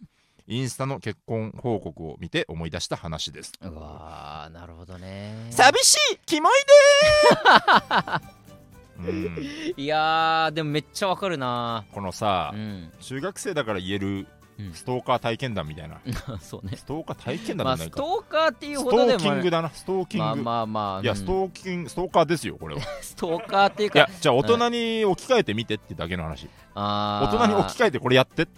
[SPEAKER 2] インスタの結婚報告を見て思い出した話です
[SPEAKER 1] うわーなるほどね
[SPEAKER 2] しいキモいでー *laughs* うん
[SPEAKER 1] いやーでもめっちゃわかるな
[SPEAKER 2] このさ
[SPEAKER 1] うん *laughs*
[SPEAKER 2] 中学生だから言える
[SPEAKER 1] うん
[SPEAKER 2] ストーカー体験談みたいな
[SPEAKER 1] そうね
[SPEAKER 2] ストーカー体験談
[SPEAKER 1] まあ
[SPEAKER 2] じゃな
[SPEAKER 1] ス
[SPEAKER 2] いか、
[SPEAKER 1] トーカーっていう
[SPEAKER 2] ス
[SPEAKER 1] ほ
[SPEAKER 2] ト
[SPEAKER 1] どで
[SPEAKER 2] ー
[SPEAKER 1] も
[SPEAKER 2] キングだなストーキング、
[SPEAKER 1] まあまあまあ
[SPEAKER 2] いや
[SPEAKER 1] うん
[SPEAKER 2] ストーキングストーカーですよこれはい
[SPEAKER 1] ストーカーっていうか
[SPEAKER 2] やじゃあ大人に置き換えてみてってだけの話大
[SPEAKER 1] 大
[SPEAKER 2] 人に置き換えてこれやって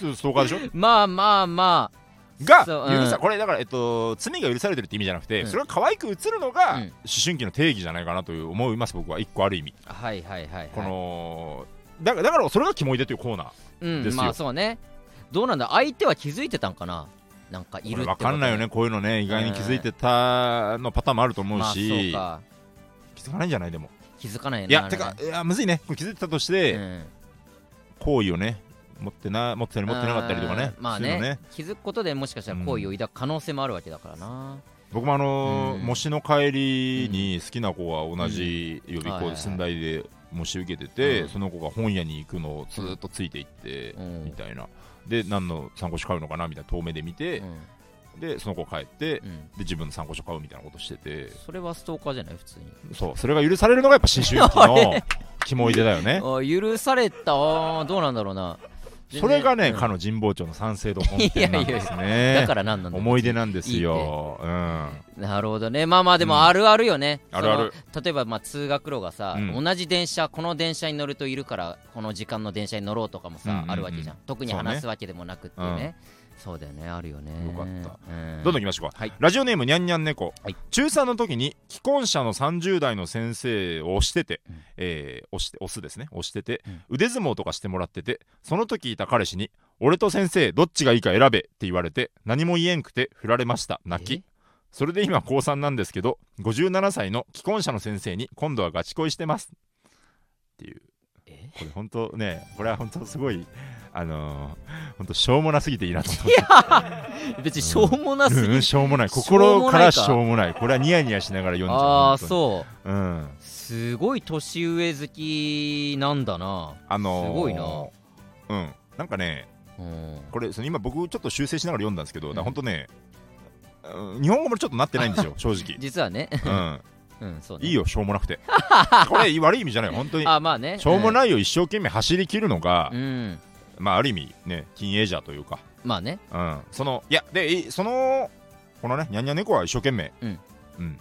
[SPEAKER 2] そうストーカーでしょ
[SPEAKER 1] まあまあま
[SPEAKER 2] が
[SPEAKER 1] そう
[SPEAKER 2] 許
[SPEAKER 1] うん
[SPEAKER 2] さ、これだから、えっと、罪が許されてるって意味じゃなくて、
[SPEAKER 1] うん
[SPEAKER 2] それが可愛く映るのが、
[SPEAKER 1] うん
[SPEAKER 2] 思春期の定義じゃないかなという思います僕は一個ある意味
[SPEAKER 1] あはいはいはいはい
[SPEAKER 2] この、だからだからそれがキモいでというコーナー
[SPEAKER 1] うん
[SPEAKER 2] ですよ
[SPEAKER 1] まあそうねどうなんだ相手は気づいてたんかななんかい
[SPEAKER 2] こ
[SPEAKER 1] る
[SPEAKER 2] れ
[SPEAKER 1] ってこ
[SPEAKER 2] 分
[SPEAKER 1] と
[SPEAKER 2] かんないよねこういうのね意外に気づいてたのパターンもあると思う
[SPEAKER 1] まあそう
[SPEAKER 2] し、
[SPEAKER 1] か
[SPEAKER 2] 気づかないんじゃないでも
[SPEAKER 1] 気づかないよ
[SPEAKER 2] い
[SPEAKER 1] ね
[SPEAKER 2] や
[SPEAKER 1] あ
[SPEAKER 2] て
[SPEAKER 1] れね
[SPEAKER 2] かいやむずいねこれ気づいてたとして、
[SPEAKER 1] うん
[SPEAKER 2] 行為をね持ってな持ってたり持ってなかったりとかね
[SPEAKER 1] うんまあ
[SPEAKER 2] そういうの
[SPEAKER 1] ね気づくことでもしかしたら好意を抱く可能性もあるわけだからな
[SPEAKER 2] 僕もあのー
[SPEAKER 1] うん
[SPEAKER 2] 模試の帰りに好きな子が同じ予備校で寸大で模試受けてて、
[SPEAKER 1] うん
[SPEAKER 2] その子が本屋に行くのをずーっとついていって、
[SPEAKER 1] うん
[SPEAKER 2] みたいなで何の参考書買うのかなみたいな遠目で見て
[SPEAKER 1] う、ん
[SPEAKER 2] でその子帰って、で
[SPEAKER 1] うん
[SPEAKER 2] 自分の参考書買うみたいなことしてて
[SPEAKER 1] それはストーカーじゃない普通に
[SPEAKER 2] そうそれが許されるのがやっぱ思春
[SPEAKER 1] *laughs*
[SPEAKER 2] 期のキモい出だよね
[SPEAKER 1] あ許されたあーどうなんだろうな全然
[SPEAKER 2] それがね、
[SPEAKER 1] うん
[SPEAKER 2] かの神保町の三省堂本店なんですね
[SPEAKER 1] だからなんなんだろう
[SPEAKER 2] 思い出なんですようん
[SPEAKER 1] なるほどねまあまあで
[SPEAKER 2] うん
[SPEAKER 1] もあるあるよね、
[SPEAKER 2] あるある
[SPEAKER 1] その例えばまあ通学路がさ、
[SPEAKER 2] うん
[SPEAKER 1] 同じ電車この電車に乗るといるからこの時間の電車に乗ろうとかもさ、
[SPEAKER 2] うんうんうん
[SPEAKER 1] あるわけじゃん特に
[SPEAKER 2] そうね
[SPEAKER 1] 話すわけでもなくっていうねそうだよねあるよね、
[SPEAKER 2] よかった
[SPEAKER 1] うん
[SPEAKER 2] どんどん行きましょうか、
[SPEAKER 1] はい
[SPEAKER 2] ラジオネームにゃんにゃん猫、
[SPEAKER 1] はい
[SPEAKER 2] 中3の時に既婚者の30代の先生を推してて、
[SPEAKER 1] うん
[SPEAKER 2] えー推して推すですね推してて、
[SPEAKER 1] うん
[SPEAKER 2] 腕相撲とかしてもらっててその時いた彼氏に「俺と先生どっちがいいか選べ」って言われて何も言えんくて振られました泣きそれで今高3なんですけど57歳の既婚者の先生に今度はガチ恋してますっていう
[SPEAKER 1] え
[SPEAKER 2] これ本当ねこれは本当すごいあのー、本当しょうもなすぎていいなと思って。
[SPEAKER 1] え別にしょうもなすぎ
[SPEAKER 2] う
[SPEAKER 1] る、
[SPEAKER 2] ん、しょうもない
[SPEAKER 1] しょうもないか
[SPEAKER 2] 心からしょうもないこれはニヤニヤしながら読んじゃう
[SPEAKER 1] ああ
[SPEAKER 2] う
[SPEAKER 1] そう
[SPEAKER 2] うん
[SPEAKER 1] すごい年上好きなんだな
[SPEAKER 2] あのー
[SPEAKER 1] すごいな
[SPEAKER 2] うんなんかね
[SPEAKER 1] うん
[SPEAKER 2] これその今僕ちょっと修正しながら読んだんですけど、
[SPEAKER 1] う
[SPEAKER 2] だ
[SPEAKER 1] ん
[SPEAKER 2] からほんとねうん日本語もちょっとなってないんですよ正
[SPEAKER 1] *laughs*
[SPEAKER 2] 直、
[SPEAKER 1] 実はね
[SPEAKER 2] うん、
[SPEAKER 1] うんそうね
[SPEAKER 2] いいよしょうも
[SPEAKER 1] *laughs*
[SPEAKER 2] なくてこれ悪い意味じゃない本当に
[SPEAKER 1] あまあね
[SPEAKER 2] しょうも
[SPEAKER 1] い、
[SPEAKER 2] ないを一生懸命走り切るのが、
[SPEAKER 1] うんうん
[SPEAKER 2] まあある意味ねティーンエイジャーというか
[SPEAKER 1] まあね
[SPEAKER 2] うん、そのいやでいそのこのねにゃんにゃん猫は一生懸命
[SPEAKER 1] うん、
[SPEAKER 2] うん、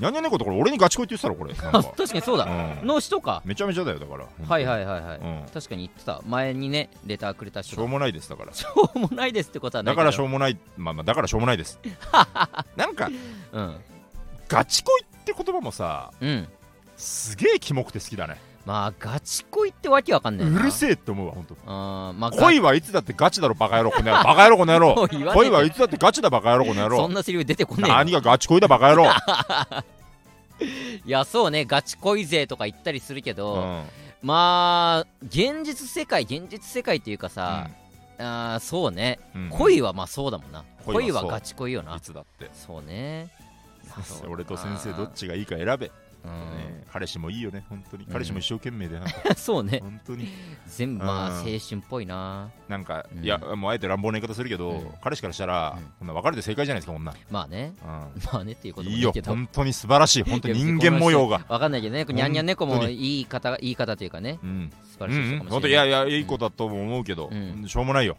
[SPEAKER 2] にゃんにゃん猫とこれ俺にガチ恋って言ってたろこれなんか
[SPEAKER 1] 確かにそうだ、
[SPEAKER 2] うん
[SPEAKER 1] の人か
[SPEAKER 2] めちゃめちゃだよだから、
[SPEAKER 1] はいはいいはいはい、
[SPEAKER 2] うん、
[SPEAKER 1] 確かに言ってた前にねレターくれた
[SPEAKER 2] し
[SPEAKER 1] 人
[SPEAKER 2] ょう
[SPEAKER 1] が
[SPEAKER 2] もないですだから
[SPEAKER 1] しょうもないですってことはない
[SPEAKER 2] だ
[SPEAKER 1] けど
[SPEAKER 2] からしょうもないまあまあだからしょうもないです
[SPEAKER 1] *laughs*
[SPEAKER 2] なんか
[SPEAKER 1] うん
[SPEAKER 2] ガチ恋って言葉もさ
[SPEAKER 1] うん
[SPEAKER 2] すげえキモくて好きだね
[SPEAKER 1] まあガチ恋ってわけわかん
[SPEAKER 2] う
[SPEAKER 1] ないな
[SPEAKER 2] るせえって思うわ本当
[SPEAKER 1] あーまあ
[SPEAKER 2] 恋はいつだってガチだろバカ野郎この野
[SPEAKER 1] *laughs*
[SPEAKER 2] 郎バカ野郎この野郎
[SPEAKER 1] ガチ恋
[SPEAKER 2] 恋はいいつだってガチだバカ野郎この野
[SPEAKER 1] そ
[SPEAKER 2] 郎
[SPEAKER 1] んなセリフ出てこねえよ
[SPEAKER 2] 何がガチ恋だバ
[SPEAKER 1] *laughs*
[SPEAKER 2] カ野郎、
[SPEAKER 1] いやそうねガチ恋勢とか言ったりするけ
[SPEAKER 2] う
[SPEAKER 1] ど、
[SPEAKER 2] ん
[SPEAKER 1] まあ現実世界現実世界っていうかさ、あーそうね、
[SPEAKER 2] うん
[SPEAKER 1] 恋はまあそうだもんな
[SPEAKER 2] 恋
[SPEAKER 1] 恋
[SPEAKER 2] は
[SPEAKER 1] は
[SPEAKER 2] そう
[SPEAKER 1] ガチ恋よ
[SPEAKER 2] い
[SPEAKER 1] な
[SPEAKER 2] つだって
[SPEAKER 1] そうねそう
[SPEAKER 2] 俺と先生どっちがいいか選べ、ね
[SPEAKER 1] うん
[SPEAKER 2] 彼氏もいいよね本当に
[SPEAKER 1] うん
[SPEAKER 2] 彼氏も一生懸命でなん
[SPEAKER 1] *laughs*
[SPEAKER 2] か
[SPEAKER 1] そうね
[SPEAKER 2] 本当に
[SPEAKER 1] 全部まあ
[SPEAKER 2] う
[SPEAKER 1] 青
[SPEAKER 2] ん
[SPEAKER 1] 春っぽいな
[SPEAKER 2] なんか、
[SPEAKER 1] うん
[SPEAKER 2] いやもうあえて乱暴な言い方するけど、
[SPEAKER 1] うん
[SPEAKER 2] 彼氏からしたら、
[SPEAKER 1] うん
[SPEAKER 2] こんな別れて正解じゃないですか女、
[SPEAKER 1] まあね
[SPEAKER 2] う
[SPEAKER 1] まあねっていうこ
[SPEAKER 2] ん、
[SPEAKER 1] ともい
[SPEAKER 2] いい
[SPEAKER 1] い
[SPEAKER 2] よ
[SPEAKER 1] けど
[SPEAKER 2] 本当に素晴らしい本当に人間模様が、
[SPEAKER 1] わかんないけどね、こうにゃんにゃん猫
[SPEAKER 2] 本
[SPEAKER 1] も
[SPEAKER 2] 当
[SPEAKER 1] いい方、いい方というかね、
[SPEAKER 2] うん
[SPEAKER 1] 素晴
[SPEAKER 2] う
[SPEAKER 1] らしい
[SPEAKER 2] ん
[SPEAKER 1] 人
[SPEAKER 2] う
[SPEAKER 1] か
[SPEAKER 2] ん、
[SPEAKER 1] も
[SPEAKER 2] 本
[SPEAKER 1] し
[SPEAKER 2] 当い
[SPEAKER 1] れな
[SPEAKER 2] や
[SPEAKER 1] い。
[SPEAKER 2] いやいい子だとも思うけど、
[SPEAKER 1] うん
[SPEAKER 2] しょうもな
[SPEAKER 1] *laughs*
[SPEAKER 2] いよ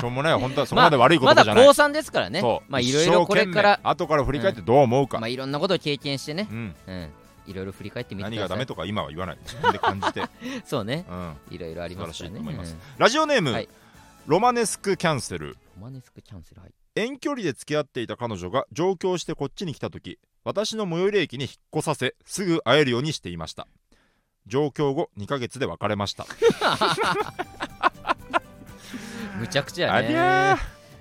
[SPEAKER 2] しょうもないよ本当はそこまで悪いことじゃない、
[SPEAKER 1] まあ、高三ですからね
[SPEAKER 2] そう、
[SPEAKER 1] まあ、いろいろこれから
[SPEAKER 2] 一生懸、命後から振り返ってどう思うか、
[SPEAKER 1] まあ、いろんなことを経験してね
[SPEAKER 2] う、ん、
[SPEAKER 1] うん、いろいろ振り返ってみてく
[SPEAKER 2] 何
[SPEAKER 1] ださ
[SPEAKER 2] がダ
[SPEAKER 1] い。
[SPEAKER 2] メとか今は言わない自分で感じ
[SPEAKER 1] *laughs*
[SPEAKER 2] て、うん、
[SPEAKER 1] そうね、いろいろあり
[SPEAKER 2] 素晴
[SPEAKER 1] ま
[SPEAKER 2] ら
[SPEAKER 1] す
[SPEAKER 2] し
[SPEAKER 1] か
[SPEAKER 2] い
[SPEAKER 1] ら
[SPEAKER 2] と
[SPEAKER 1] ね。
[SPEAKER 2] 思います、
[SPEAKER 1] うん
[SPEAKER 2] ラジオネーム、
[SPEAKER 1] はい
[SPEAKER 2] ロマネスクキャンセル
[SPEAKER 1] ロマネスクキャンセル、はい。
[SPEAKER 2] 遠距離で付き合っていた彼女が上京してこっちに来た時私の最寄り駅に引っ越させすぐ会えるようにしていました上京後2ヶ月で別れました
[SPEAKER 1] むちゃくちゃや
[SPEAKER 2] あ
[SPEAKER 1] ね
[SPEAKER 2] りゃ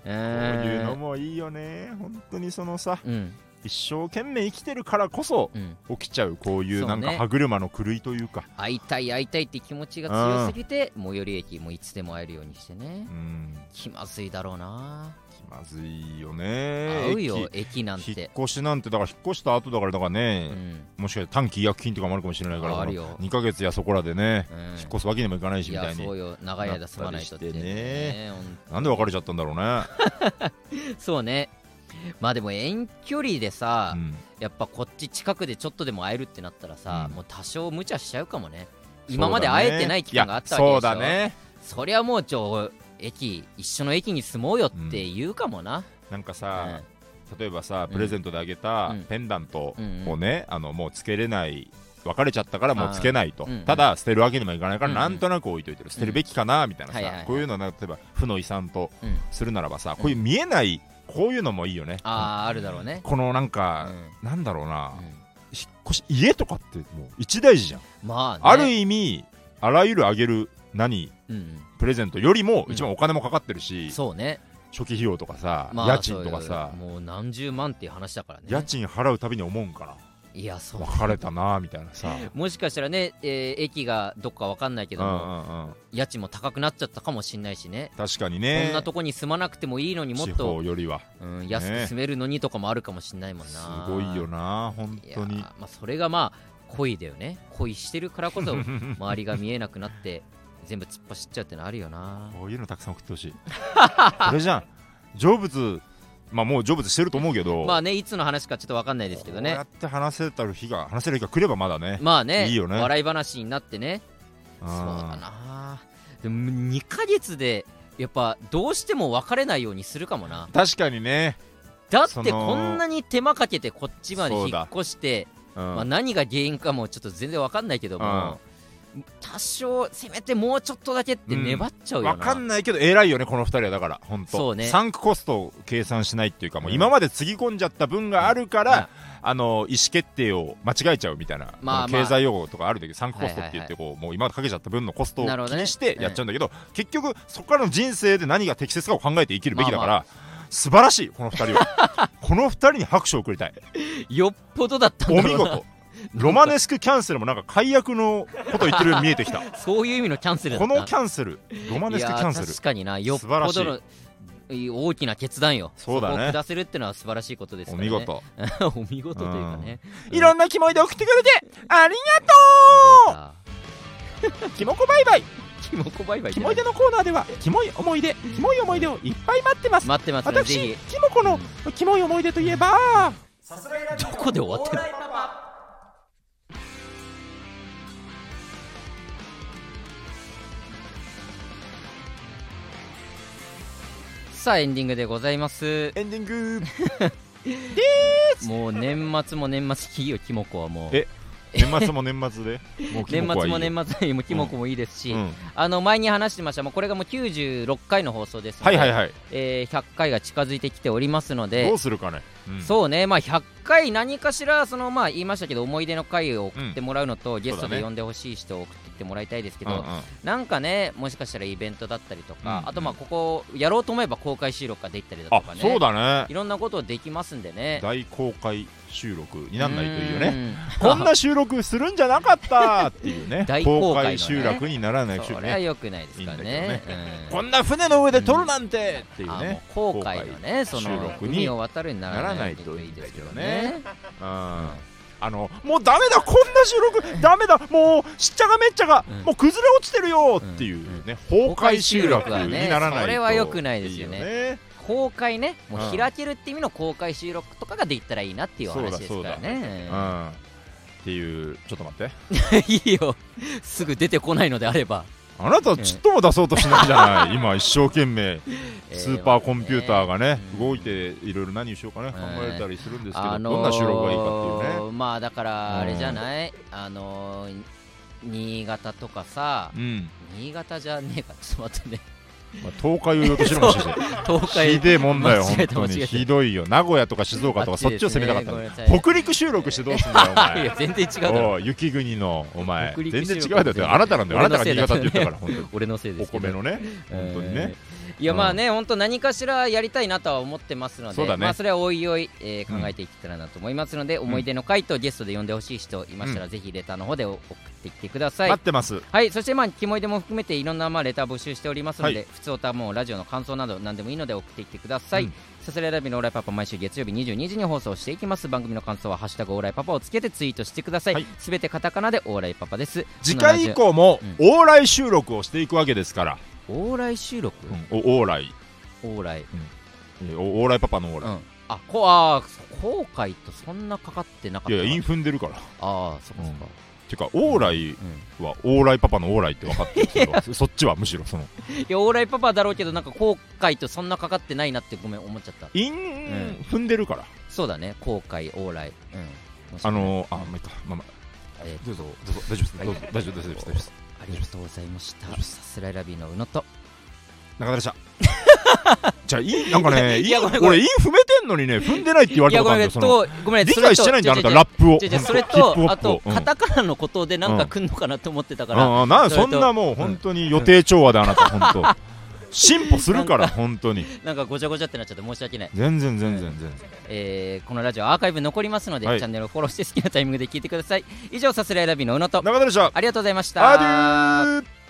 [SPEAKER 1] う
[SPEAKER 2] ー
[SPEAKER 1] ん
[SPEAKER 2] こういうのもいいよね本当にそのさ
[SPEAKER 1] うん
[SPEAKER 2] 一生懸命生きてるからこそ
[SPEAKER 1] うん
[SPEAKER 2] 起きちゃうこうい
[SPEAKER 1] そうう
[SPEAKER 2] な
[SPEAKER 1] ね
[SPEAKER 2] んか歯車の狂いというか
[SPEAKER 1] 会いたい会いたいって気持ちが強すぎて最寄り駅もいつでも会えるようにしてね
[SPEAKER 2] うん
[SPEAKER 1] 気まずいだろうな
[SPEAKER 2] 気まずいよね
[SPEAKER 1] 会うよ
[SPEAKER 2] 駅
[SPEAKER 1] 駅なん
[SPEAKER 2] 引って越しなんてだから引っ越した後だからだからね
[SPEAKER 1] う、ん
[SPEAKER 2] もしかして短期違約金とかもあるかもしれないから
[SPEAKER 1] ああるよ
[SPEAKER 2] 2ヶ月やそこらでね、
[SPEAKER 1] うん
[SPEAKER 2] 引っ越すわけにもいかないし
[SPEAKER 1] い
[SPEAKER 2] みた
[SPEAKER 1] や
[SPEAKER 2] い
[SPEAKER 1] そ
[SPEAKER 2] に
[SPEAKER 1] うよ長い間住まないとって
[SPEAKER 2] なったりしてね
[SPEAKER 1] ねほん
[SPEAKER 2] なんで別れちゃったんだろうね、
[SPEAKER 1] そうねまあでも遠距離でさ、
[SPEAKER 2] うん
[SPEAKER 1] やっぱこっち近くでちょっとでも会えるってなったらさ、
[SPEAKER 2] うん
[SPEAKER 1] もう多少無茶しちゃうかもね
[SPEAKER 2] そうだね
[SPEAKER 1] 今まで会えてない期間があったわけでしょ
[SPEAKER 2] いやそうだね
[SPEAKER 1] そりゃもうちょ駅一緒の駅に住もうよって言うかもな、
[SPEAKER 2] なん
[SPEAKER 1] う
[SPEAKER 2] か
[SPEAKER 1] ん
[SPEAKER 2] さ、例えばさ
[SPEAKER 1] うん
[SPEAKER 2] プレゼントであげた
[SPEAKER 1] うん
[SPEAKER 2] ペンダント
[SPEAKER 1] うんうん
[SPEAKER 2] をね、あのもうつけれない別れちゃったからもうつけないと、
[SPEAKER 1] うんうん
[SPEAKER 2] ただ捨てるわけにもいかないから
[SPEAKER 1] うんうん
[SPEAKER 2] なんとなく置いといてる、捨てるべきかなみたいなさ、
[SPEAKER 1] はいはいはい
[SPEAKER 2] こういうのは例えば負の遺産と
[SPEAKER 1] うん
[SPEAKER 2] するならばさ、こういう見えないこういうのもいいよね
[SPEAKER 1] あああるだろうね、
[SPEAKER 2] このなん
[SPEAKER 1] う
[SPEAKER 2] か、
[SPEAKER 1] ん
[SPEAKER 2] なんだろうな、
[SPEAKER 1] うん
[SPEAKER 2] 引っ越し家とかってもう一大事じゃん、
[SPEAKER 1] まあ、ね、
[SPEAKER 2] ある意味あらゆるあげる何
[SPEAKER 1] うん
[SPEAKER 2] プレゼントよりも
[SPEAKER 1] うん
[SPEAKER 2] 一番お金もかかってるし、
[SPEAKER 1] うん、そうね、
[SPEAKER 2] 初期費用とかさ、
[SPEAKER 1] まあ、
[SPEAKER 2] 家賃とかさ
[SPEAKER 1] そうよもう何十万っていう話だからね
[SPEAKER 2] 家賃払うたびに思うんか
[SPEAKER 1] いやそ
[SPEAKER 2] な
[SPEAKER 1] う
[SPEAKER 2] 別れたなみたいなさ
[SPEAKER 1] もしかしたらね、えー駅がどっかわかんないけ
[SPEAKER 2] う
[SPEAKER 1] ど
[SPEAKER 2] んう
[SPEAKER 1] も、
[SPEAKER 2] んうん
[SPEAKER 1] 家賃も高くなっちゃったかもしんないしね、
[SPEAKER 2] 確かに
[SPEAKER 1] こ
[SPEAKER 2] ね
[SPEAKER 1] んなとこに住まなくてもいいのにもっ
[SPEAKER 2] 地
[SPEAKER 1] と、
[SPEAKER 2] 方よりは
[SPEAKER 1] うん、安く住めるのにとかもあるかもしんないもん
[SPEAKER 2] す
[SPEAKER 1] な、
[SPEAKER 2] ごいよな本
[SPEAKER 1] いや
[SPEAKER 2] 当に
[SPEAKER 1] まあ、それがまあ恋だよね恋してるから
[SPEAKER 2] *laughs*
[SPEAKER 1] こそ周りが見えなくなって全部突っ走っちゃうってのあるよな
[SPEAKER 2] こういうのたくさん送ってほしいこれじゃん成仏まあもう成仏してると思うけど
[SPEAKER 1] まあねいつの話かちょっとわかんないですけど
[SPEAKER 2] こう
[SPEAKER 1] ね
[SPEAKER 2] やって話せたる日が話せる日が来ればまだね
[SPEAKER 1] まあね
[SPEAKER 2] いいよね
[SPEAKER 1] 笑い話になってね
[SPEAKER 2] うん
[SPEAKER 1] そうだなでも2ヶ月でやっぱどうしても別れないようにするかもな
[SPEAKER 2] 確かにね、
[SPEAKER 1] だっ
[SPEAKER 2] そ
[SPEAKER 1] て
[SPEAKER 2] の
[SPEAKER 1] こんなに手間かけてこっちまで
[SPEAKER 2] そ
[SPEAKER 1] 引
[SPEAKER 2] うだ
[SPEAKER 1] っ越して、
[SPEAKER 2] うん
[SPEAKER 1] まあ、何が原因かもちょっと全然わかんないけども、多少せめてもうちょっとだけって粘っちゃうよな、
[SPEAKER 2] わかんないけど偉いよねこの2人はだから本当
[SPEAKER 1] そうね
[SPEAKER 2] サンクコストを計算しないっていうかもう
[SPEAKER 1] うん
[SPEAKER 2] 今までつぎ込んじゃった分があるから、あの意思決定を間違えちゃうみたいな、
[SPEAKER 1] まあ
[SPEAKER 2] この経済用語とかあるんだけどサンクコストって言ってこう、もう今までかけちゃった分のコストを気
[SPEAKER 1] なるほどね
[SPEAKER 2] にしてやっちゃうんだけど結局そこからの人生で何が適切かを考えて生きるべきだから、
[SPEAKER 1] *laughs* ま
[SPEAKER 2] 素晴らしいこの2人は
[SPEAKER 1] *laughs*
[SPEAKER 2] この2人に拍手を送りたい
[SPEAKER 1] よっぽどだったん
[SPEAKER 2] お
[SPEAKER 1] だろ
[SPEAKER 2] 見
[SPEAKER 1] うな
[SPEAKER 2] 事ロマネスクキャンセルもなんか解約のこと言ってるように見えてきた
[SPEAKER 1] *laughs* そういう意味のキャンセルだ
[SPEAKER 2] こ
[SPEAKER 1] った
[SPEAKER 2] のキャンセルロマネスクキャンセ
[SPEAKER 1] いや
[SPEAKER 2] ル
[SPEAKER 1] 確かになよっ
[SPEAKER 2] 素晴らし
[SPEAKER 1] ぽ
[SPEAKER 2] い
[SPEAKER 1] どのいい大きな決断よ
[SPEAKER 2] そうだね
[SPEAKER 1] こを下せるってのは素晴らしいことです
[SPEAKER 2] お
[SPEAKER 1] からね
[SPEAKER 2] 見事
[SPEAKER 1] *laughs* お見事というかね、
[SPEAKER 2] いろんなキモいで送ってくれてあり
[SPEAKER 1] *laughs*
[SPEAKER 2] がと
[SPEAKER 1] な
[SPEAKER 2] うキモコバイバイ
[SPEAKER 1] キモコバイバイ
[SPEAKER 2] キモいでのコーナーではキモい思い出キモい思い出をいっぱい待ってます
[SPEAKER 1] 待ってますのでぜ
[SPEAKER 2] 私
[SPEAKER 1] ひ
[SPEAKER 2] キモコのキモい思い出といえば
[SPEAKER 1] どこで終わってんのさあエンディングでございます
[SPEAKER 2] エンディング
[SPEAKER 1] もう年末も年末いいよキモコはもう
[SPEAKER 2] え年末も年末で
[SPEAKER 1] *laughs*
[SPEAKER 2] もうキ
[SPEAKER 1] 年
[SPEAKER 2] モコ
[SPEAKER 1] 末も
[SPEAKER 2] はいいよ
[SPEAKER 1] 年末 *laughs* でもキモコもいいですし、
[SPEAKER 2] うん
[SPEAKER 1] あの前に話してましたもうこれがもう96回の放送ですの
[SPEAKER 2] は
[SPEAKER 1] で、
[SPEAKER 2] いはいはい
[SPEAKER 1] えー100回が近づいてきておりますので
[SPEAKER 2] どうするかねうん
[SPEAKER 1] そうね、まあ、100回何かしらその、まあ、言いましたけど思い出の回を送ってもらうのと、ゲスト
[SPEAKER 2] そうだ
[SPEAKER 1] で
[SPEAKER 2] ね
[SPEAKER 1] 呼んでほしい人を送ってってもらいたいですけど、
[SPEAKER 2] うんうん
[SPEAKER 1] なんかねもしかしたらイベントだったりとか、
[SPEAKER 2] うん
[SPEAKER 1] あとまあここやろうと思えば公開収録ができたりだと
[SPEAKER 2] あ
[SPEAKER 1] かね
[SPEAKER 2] そうだね
[SPEAKER 1] いろんなことできますんでね。
[SPEAKER 2] 大公開収録になんないというね
[SPEAKER 1] ね。
[SPEAKER 2] こんな収録するんじゃなかったっていうね
[SPEAKER 1] *laughs* 大公開のね
[SPEAKER 2] 収録にならない収
[SPEAKER 1] そ
[SPEAKER 2] 録
[SPEAKER 1] れは
[SPEAKER 2] ね
[SPEAKER 1] 良くないですから
[SPEAKER 2] いいんだ
[SPEAKER 1] ね
[SPEAKER 2] けど。
[SPEAKER 1] うん
[SPEAKER 2] こんな船の上で撮るなんてっていう
[SPEAKER 1] あ
[SPEAKER 2] ね
[SPEAKER 1] もう後悔のね、そ
[SPEAKER 2] 収
[SPEAKER 1] の
[SPEAKER 2] 録に
[SPEAKER 1] 海を渡るにならない
[SPEAKER 2] ならないと
[SPEAKER 1] と
[SPEAKER 2] い
[SPEAKER 1] い
[SPEAKER 2] い
[SPEAKER 1] い
[SPEAKER 2] んだ
[SPEAKER 1] です
[SPEAKER 2] け
[SPEAKER 1] け
[SPEAKER 2] ど
[SPEAKER 1] ど
[SPEAKER 2] ね
[SPEAKER 1] ね。
[SPEAKER 2] あのもうダメだこんな収録ダメだもうしっちゃがめっちゃが、
[SPEAKER 1] うん
[SPEAKER 2] もう崩れ落ちてるよっていうね、崩壊収録
[SPEAKER 1] 崩壊収録は
[SPEAKER 2] に
[SPEAKER 1] ね
[SPEAKER 2] ならないと
[SPEAKER 1] それは良くないですよね
[SPEAKER 2] いいね
[SPEAKER 1] 公開ね、も
[SPEAKER 2] うん
[SPEAKER 1] う開けるって意味の公開収録とかができたらいいなっていうお話ですからね
[SPEAKER 2] う。んっていうちょっと待って
[SPEAKER 1] *laughs* いいよ、すぐ出てこないのであれば。
[SPEAKER 2] あなたちっとも出そうとしないじゃない今一生懸命 *laughs* スーパーコンピューターがね、
[SPEAKER 1] うん
[SPEAKER 2] 動いていろいろ何をしようかね、考えたりするんですけど、
[SPEAKER 1] あのー
[SPEAKER 2] どんな収録がいいかっていうね
[SPEAKER 1] まあだからあれじゃない、あのー新潟とかさ
[SPEAKER 2] うん
[SPEAKER 1] 新潟じゃねえかちょっと待ってね
[SPEAKER 2] まあ、東海を言おうとしてるかもしれない
[SPEAKER 1] 東海
[SPEAKER 2] *laughs* ひでえもんだよ、
[SPEAKER 1] 間違
[SPEAKER 2] 本
[SPEAKER 1] えた
[SPEAKER 2] 当
[SPEAKER 1] 間違
[SPEAKER 2] に。
[SPEAKER 1] えた
[SPEAKER 2] ひどいよ。名古屋とか静岡とか、そっちを攻めたかった
[SPEAKER 1] あっちですねごめんなさ
[SPEAKER 2] の。
[SPEAKER 1] い
[SPEAKER 2] 北陸収録してどうすんだよ、お前
[SPEAKER 1] い。や全然違うだろ
[SPEAKER 2] おい雪国のお前
[SPEAKER 1] 北陸
[SPEAKER 2] 全然違
[SPEAKER 1] 収
[SPEAKER 2] う
[SPEAKER 1] 録
[SPEAKER 2] だってあなたなんだよあ
[SPEAKER 1] 俺
[SPEAKER 2] な
[SPEAKER 1] の
[SPEAKER 2] たが
[SPEAKER 1] せい
[SPEAKER 2] 新
[SPEAKER 1] だ
[SPEAKER 2] 潟
[SPEAKER 1] け
[SPEAKER 2] って
[SPEAKER 1] どね
[SPEAKER 2] 言ったから本当に
[SPEAKER 1] 俺のせいで
[SPEAKER 2] お
[SPEAKER 1] すけど
[SPEAKER 2] 米のね本当にね
[SPEAKER 1] いやまあね、本当何かしらやりたいなとは思ってますので
[SPEAKER 2] そうだね
[SPEAKER 1] まあ、それはおいおい、えー考えていけたらなと思いますので、思い出の回とゲストで呼んでほしい人いましたら、ぜひレターの方でお送ってきてください。
[SPEAKER 2] 待ってます
[SPEAKER 1] はい、そしてまあ、キモイでも含めていろんなまあレター募集しておりますので、
[SPEAKER 2] は
[SPEAKER 1] 普通歌もラジオの感想など何でもいいので送ってきてください。
[SPEAKER 2] うん
[SPEAKER 1] さすらいラビのオーライパパ毎週月曜日22時に放送していきます。番組の感想はハッシュタグオーライパパをつけてツイートしてくださ
[SPEAKER 2] はいい。
[SPEAKER 1] すべ、てカタカナでオーライパパです。
[SPEAKER 2] 次回以降も往来収録をしていくわけですから
[SPEAKER 1] このラジオ。オーライ収録、
[SPEAKER 2] お往来
[SPEAKER 1] オーライ。
[SPEAKER 2] えーお往来パパの往
[SPEAKER 1] う
[SPEAKER 2] 来
[SPEAKER 1] ん。あ、こあー、後悔とそんなかかってなかった
[SPEAKER 2] いや
[SPEAKER 1] な。
[SPEAKER 2] いやイン踏んでるから
[SPEAKER 1] ああ、そっかそっか。
[SPEAKER 2] てか往来
[SPEAKER 1] うん
[SPEAKER 2] は往来パパの往来って分かってるそれ
[SPEAKER 1] *laughs*
[SPEAKER 2] はそそっちはむしろその
[SPEAKER 1] いや、オーライパパだろうけど、なんか後悔とそんなかかってないなってごめん、思っちゃった。
[SPEAKER 2] イン
[SPEAKER 1] ん
[SPEAKER 2] 踏んでるから
[SPEAKER 1] そうだね、後悔、オーライ。うん。
[SPEAKER 2] あのーあまあいいかまあまあ
[SPEAKER 1] えー
[SPEAKER 2] どうぞどうぞ大丈夫です
[SPEAKER 1] はい
[SPEAKER 2] どうぞ大丈夫です大丈夫です大丈夫です
[SPEAKER 1] ありがとうございました。さすらいラビーの宇野と。
[SPEAKER 2] 中田でした *laughs* じゃあいいなんかねいい
[SPEAKER 1] いやごめんごめん
[SPEAKER 2] 俺イン踏めてんのにね踏んでないって言われたことある
[SPEAKER 1] ごめん
[SPEAKER 2] んですよその
[SPEAKER 1] と、ごめん、
[SPEAKER 2] 理解してないんだあなたラップを
[SPEAKER 1] じゃそれ
[SPEAKER 2] ヒッ
[SPEAKER 1] と
[SPEAKER 2] プホ、
[SPEAKER 1] あ
[SPEAKER 2] ップを
[SPEAKER 1] と、
[SPEAKER 2] うん
[SPEAKER 1] カタカナのことでなんか来んのかなと思ってたから、
[SPEAKER 2] ああ
[SPEAKER 1] そ
[SPEAKER 2] な
[SPEAKER 1] れ
[SPEAKER 2] そ
[SPEAKER 1] と
[SPEAKER 2] んなもう本当に予定調和であ
[SPEAKER 1] *laughs*
[SPEAKER 2] なた本当進歩するから本当に
[SPEAKER 1] なんかごちゃごちゃってなっちゃって申し訳ない。
[SPEAKER 2] 全然全然全然
[SPEAKER 1] えーこのラジオアーカイブ残りますので、
[SPEAKER 2] はい
[SPEAKER 1] チャンネルをフォローして好きなタイミングで聞いてください。以上、さすらいラビーの宇野と、
[SPEAKER 2] 中田でした
[SPEAKER 1] ありがとうございました。
[SPEAKER 2] アデュー